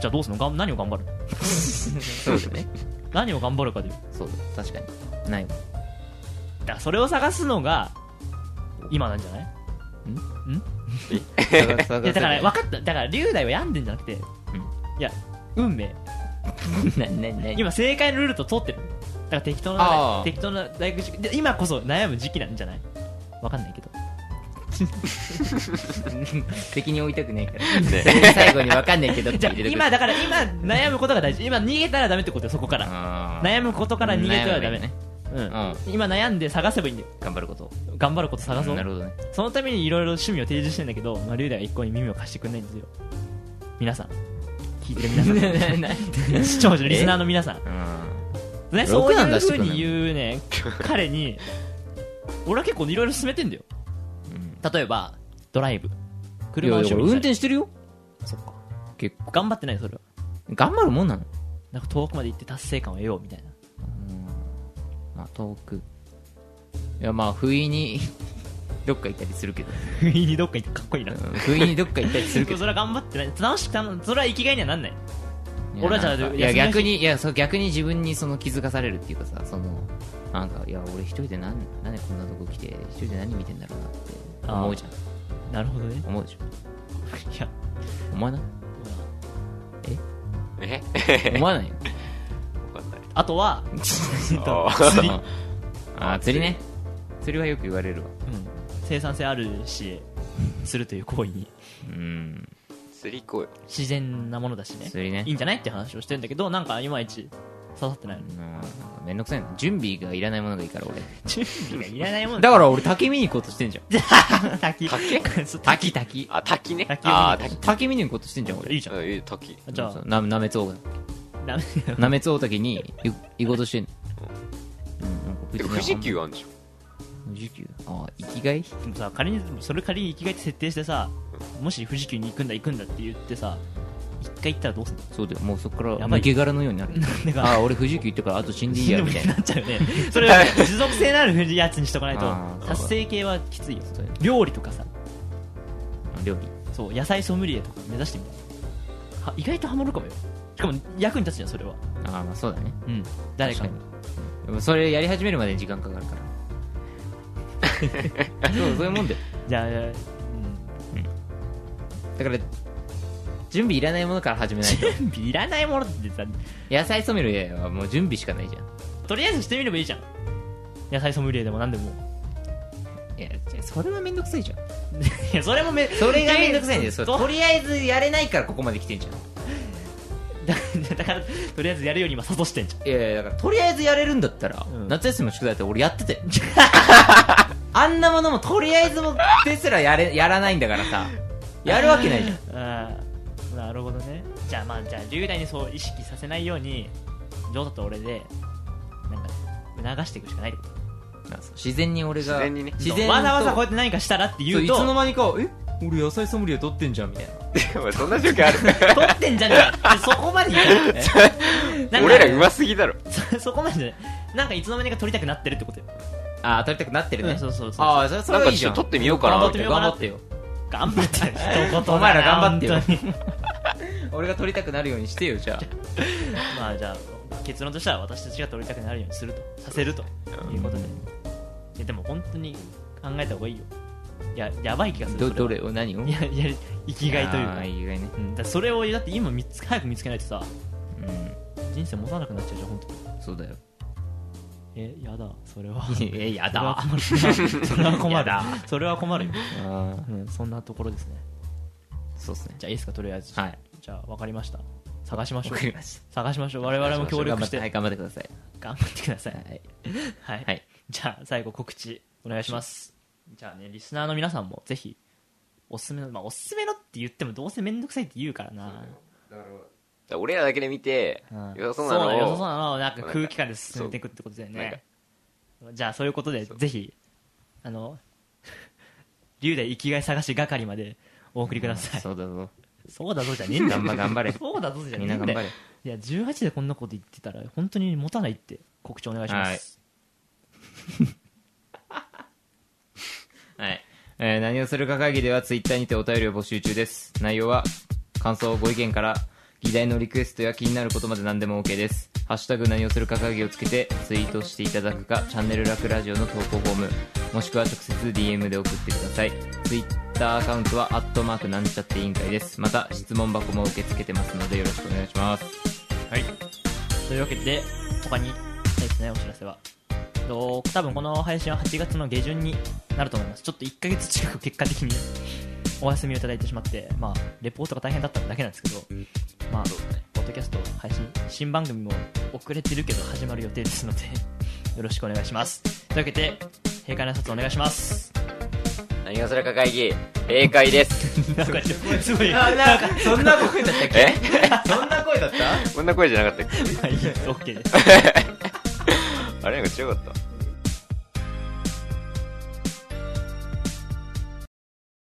[SPEAKER 2] じゃあどうすんのがん何を頑張るの
[SPEAKER 4] そうだね。
[SPEAKER 2] 何を頑張るかで言う
[SPEAKER 4] そうだ、確かに。 ないわ。
[SPEAKER 2] だからそれを探すのが、今なんじゃない
[SPEAKER 4] 探す
[SPEAKER 2] いやだから、
[SPEAKER 4] わ
[SPEAKER 2] 分かった。だから、龍大は病んでんじゃなくて、いや、運命。
[SPEAKER 4] な、 な、な、
[SPEAKER 2] 今、正解のルールと取ってる。だから適当
[SPEAKER 4] あ
[SPEAKER 2] な
[SPEAKER 4] あ、
[SPEAKER 2] 適当な大学受験で今こそ悩む時期なんじゃないわかんないけど。
[SPEAKER 4] 敵に追いたくないから。
[SPEAKER 3] ね
[SPEAKER 4] 最後にわかんないけどって
[SPEAKER 2] じゃあ
[SPEAKER 4] 入れてく
[SPEAKER 2] 今、だから今、悩むことが大事。今、逃げたらダメってことよ、そこから。
[SPEAKER 4] 悩
[SPEAKER 2] 悩むことから逃げてはダメ。
[SPEAKER 4] ね。
[SPEAKER 2] うん、今悩んで探せばいいんだよ
[SPEAKER 4] 頑張ることを。
[SPEAKER 2] 頑張ること探そう、
[SPEAKER 4] なる ほどね。
[SPEAKER 2] そのためにいろいろ趣味を提示してんだけど、まあ、リュウダイは一向に耳を貸してくんないんですよ皆さん聞いてる皆 さん視聴者リスナーの皆さん、ね、
[SPEAKER 4] ろ
[SPEAKER 2] そう
[SPEAKER 4] く
[SPEAKER 2] い
[SPEAKER 4] なん
[SPEAKER 2] う
[SPEAKER 4] だ
[SPEAKER 2] ふうに言うね彼に俺は結構いろいろ勧めてんだよ例えばドライブ
[SPEAKER 4] いやい
[SPEAKER 2] 車
[SPEAKER 4] や
[SPEAKER 2] を
[SPEAKER 4] 俺
[SPEAKER 2] 趣味
[SPEAKER 4] 運
[SPEAKER 2] にしたり
[SPEAKER 4] 転してるよ。
[SPEAKER 2] そっか
[SPEAKER 4] 結構。
[SPEAKER 2] 頑張ってないそれは
[SPEAKER 4] 頑張るもんなの
[SPEAKER 2] なんか遠くまで行って達成感を得ようみたいな
[SPEAKER 4] まあ、遠く。いや、まあ、不意に、 どっか行ったりするけど。
[SPEAKER 2] 不意にどっか行ってかっこいいな、
[SPEAKER 4] うん不意にどっか行ったりする
[SPEAKER 2] で
[SPEAKER 4] けど。
[SPEAKER 2] も それは頑張ってない楽しく楽それは生きがいにはなんない
[SPEAKER 4] いや
[SPEAKER 2] 俺はじゃあ
[SPEAKER 4] なんかい
[SPEAKER 2] 休
[SPEAKER 4] や、
[SPEAKER 2] みの日
[SPEAKER 4] 逆に、いや、そう、逆に自分にその気づかされるっていうかさ、その、なんか、いや、俺一人でなん、なんでこんなとこ来て、一人で何見てんだろうなって思うじゃん。
[SPEAKER 2] なるほどね
[SPEAKER 4] 思うでしょ。
[SPEAKER 2] いや
[SPEAKER 4] 思 わない
[SPEAKER 3] え
[SPEAKER 4] 思わないよ。
[SPEAKER 3] わかんない
[SPEAKER 2] あ とは、
[SPEAKER 3] あー
[SPEAKER 2] 釣り、う
[SPEAKER 4] あ
[SPEAKER 2] ん、
[SPEAKER 4] あー、釣りね。釣りはよく言われるわ。
[SPEAKER 2] 生産性あるし、するという行為に、
[SPEAKER 4] うん。
[SPEAKER 3] 釣り行こうよ
[SPEAKER 2] 自然なものだしね、
[SPEAKER 4] 釣りね
[SPEAKER 2] いいんじゃないって話をしてんだけど、なんかいまいち刺さってないの。
[SPEAKER 4] うんなんかめんどくさいな。準備がいらないものがいいから、俺。
[SPEAKER 2] 準備がいらないもの
[SPEAKER 4] だから俺、滝見に行こうとしてんじゃん。
[SPEAKER 2] ら、滝。そう
[SPEAKER 4] 滝、滝。
[SPEAKER 3] あ滝ね
[SPEAKER 2] 滝を見に
[SPEAKER 3] あー滝
[SPEAKER 4] 滝見に行こうとしてんじゃん、俺。
[SPEAKER 2] いいじゃん。
[SPEAKER 3] うんいい滝
[SPEAKER 2] じゃ
[SPEAKER 4] そう
[SPEAKER 2] あ、
[SPEAKER 4] ななめつお
[SPEAKER 2] ダメだよ。
[SPEAKER 4] なめつおたきにい行こうとしてんのうんなんか別
[SPEAKER 3] で
[SPEAKER 4] に
[SPEAKER 3] 富士急あんでし
[SPEAKER 4] 富士急ああ生きがい
[SPEAKER 2] でもさ、仮に、それ仮に生きがいって設定してさ、もし富士急に行くんだ行くんだって言ってさ、一回行ったらどうすんの
[SPEAKER 4] そうだよもうそっから
[SPEAKER 2] やばい
[SPEAKER 4] 抜け殻のようにな る
[SPEAKER 2] だから
[SPEAKER 4] ああ俺富士急行ったからあと死んでいい
[SPEAKER 2] 死
[SPEAKER 4] や
[SPEAKER 2] ぬ
[SPEAKER 4] み
[SPEAKER 2] み
[SPEAKER 4] た
[SPEAKER 2] た
[SPEAKER 4] い
[SPEAKER 2] いに
[SPEAKER 4] な
[SPEAKER 2] なっちゃうね。それ、持続性のあるやつにしとかない
[SPEAKER 4] あー
[SPEAKER 2] と、達成系はきついよ
[SPEAKER 4] そうだよ。
[SPEAKER 2] 料理とかさ、
[SPEAKER 4] 料理
[SPEAKER 2] そう野菜ソムリエとか目指してみたは意外とハマるかもよしかも役に立つじゃんそれは
[SPEAKER 4] ああまあそうだね
[SPEAKER 2] うん誰かに
[SPEAKER 4] 確にでもそれやり始めるまでに時間かかる からそうそういうもんだよ
[SPEAKER 2] じゃあ、うん、
[SPEAKER 4] だから準備いらないものから始めないと
[SPEAKER 2] 準備いらないものってさ
[SPEAKER 4] 野菜ソムリエはもう準備しかないじゃん
[SPEAKER 2] とりあえずしてみればいいじゃん野菜ソムリエでも何 でも
[SPEAKER 4] いやそれはめんどくさいじゃん
[SPEAKER 2] いやそれもめ
[SPEAKER 4] それがめんどくさいんだよそう
[SPEAKER 2] と
[SPEAKER 4] とりあえずやれないからここまで来てんじゃん
[SPEAKER 2] だ だからとりあえずやるように今諭してんじゃん
[SPEAKER 4] いやいやだからとりあえずやれるんだったら、
[SPEAKER 2] うん
[SPEAKER 4] 夏休みの宿題って俺やってて あんなものもとりあえずもですらやれやらないんだからさやるわけないじゃん
[SPEAKER 2] あーなるほどねじゃあまあじゃあ10代にそう意識させないようにジョータと俺でなんか促していくしかないってこと
[SPEAKER 4] 自然に俺が
[SPEAKER 3] 自然にね
[SPEAKER 4] 自然と
[SPEAKER 2] わざわざこうやって何かしたらって
[SPEAKER 4] そう
[SPEAKER 2] 言う
[SPEAKER 4] い
[SPEAKER 2] と
[SPEAKER 4] つの間にかえ俺野菜ソムリエ取ってんじゃんみたいな
[SPEAKER 3] ょお前そんな状況ある
[SPEAKER 2] 取ってんじゃねえよそこまで言う ななんか
[SPEAKER 3] 俺らうますぎだろ
[SPEAKER 2] そそこまでじゃないなんかいつの間にか取りたくなってるってことよ
[SPEAKER 4] ああ取りたくなってるね、
[SPEAKER 2] うんそうそうそう
[SPEAKER 4] ああそれそ
[SPEAKER 3] な
[SPEAKER 4] れ
[SPEAKER 3] ん
[SPEAKER 4] はい
[SPEAKER 3] か
[SPEAKER 4] い
[SPEAKER 3] ち
[SPEAKER 4] じ
[SPEAKER 3] ょ
[SPEAKER 4] ゃ
[SPEAKER 3] っ
[SPEAKER 4] ん
[SPEAKER 3] と取ってみようかな
[SPEAKER 2] 頑
[SPEAKER 3] みた
[SPEAKER 2] 張
[SPEAKER 3] いな
[SPEAKER 2] ってみよう
[SPEAKER 4] 頑張ってよ
[SPEAKER 2] 頑 張って一言だな
[SPEAKER 4] お前ら頑張ってよ
[SPEAKER 2] 本当に
[SPEAKER 4] 俺が取りたくなるようにしてよじゃ
[SPEAKER 2] まあじゃあ結論としては私たちが取りたくなるようにするとさせるということで、いやでも本当に考えた方がいいよいややばい気が
[SPEAKER 4] あ
[SPEAKER 2] する
[SPEAKER 4] ど
[SPEAKER 2] そ
[SPEAKER 4] ど
[SPEAKER 2] れ
[SPEAKER 4] れ
[SPEAKER 2] は
[SPEAKER 4] を何を
[SPEAKER 2] いやいや生きがいという
[SPEAKER 4] あ
[SPEAKER 2] か
[SPEAKER 4] ー意外ね
[SPEAKER 2] うんだからそれをだって今見つ早く見つけないとさ
[SPEAKER 4] う
[SPEAKER 2] 人生持たなくなっちゃうじゃん本当に
[SPEAKER 4] んそうだよ
[SPEAKER 2] えやだそれは
[SPEAKER 4] えやだ
[SPEAKER 2] そ れは困
[SPEAKER 4] や
[SPEAKER 2] る
[SPEAKER 4] だ
[SPEAKER 2] それは困るよ、
[SPEAKER 4] あー
[SPEAKER 2] うん、そんなところですね
[SPEAKER 4] そうっすね
[SPEAKER 2] じゃあいいですかとりあえず
[SPEAKER 4] はい
[SPEAKER 2] じゃあ分かりました探しましょ
[SPEAKER 4] わ
[SPEAKER 2] う
[SPEAKER 4] かりました
[SPEAKER 2] 探しましょう我々も協力して
[SPEAKER 4] はい、頑張ってください。
[SPEAKER 2] 頑張ってください
[SPEAKER 4] はい。
[SPEAKER 2] はい、
[SPEAKER 4] はい
[SPEAKER 2] じゃあ最後告知お願いしますじゃあねリスナーの皆さんもぜひおすすめのまあおすすめのって言ってもどうせめんどくさいって言うからな
[SPEAKER 3] 俺らだけで見て
[SPEAKER 2] うん
[SPEAKER 3] 良さそうな
[SPEAKER 2] そう良さそ
[SPEAKER 3] の
[SPEAKER 2] う
[SPEAKER 3] を
[SPEAKER 2] なのをなんか空気感で進めていくってことだよねじゃあそういうことでぜひあの龍で生きがい探し係までお送りください、
[SPEAKER 4] そうだぞ。
[SPEAKER 2] そうだぞじゃねえんだよ
[SPEAKER 4] 頑張頑張れ
[SPEAKER 2] そうだぞじゃね
[SPEAKER 4] みん
[SPEAKER 2] え
[SPEAKER 4] なん頑
[SPEAKER 2] だよ
[SPEAKER 4] 張れ。
[SPEAKER 2] いや18でこんなこと言ってたら本当に持たないって告知お願いします、
[SPEAKER 4] はい。えー何をするか会議ではツイッターにてお便りを募集中です。内容は、感想、ご意見から、議題のリクエストや気になることまで何でも OK です。ハッシュタグ何をするか会議をつけてツイートしていただくか、チャンネル楽ラジオの投稿フォーム、もしくは直接 DM で送ってください。ツイッターアカウントは、アットマークなんちゃって委員会です。また、質問箱も受け付けてますのでよろしくお願いします。
[SPEAKER 2] はい。というわけで、他に、ないですね、お知らせは。と多分この配信は8月の下旬になると思います。ちょっと1ヶ月近く結果的に お休みをいただいてしまって、まあ、レポートが大変だっただけなんですけど、まあ、ポッドキャスト配信、新番組も遅れてるけど始まる予定ですの で、よろしくお願いします。というわけで、閉会の挨拶お願いします。
[SPEAKER 3] 何をするか会議、閉会です。
[SPEAKER 2] なんか、 すごい、
[SPEAKER 4] あ、なんか、そんな声だったっ
[SPEAKER 3] え
[SPEAKER 4] けそんな声だった
[SPEAKER 3] こんな声じゃなかったっけ
[SPEAKER 2] まあいいです OK です。
[SPEAKER 3] あれなんか違かった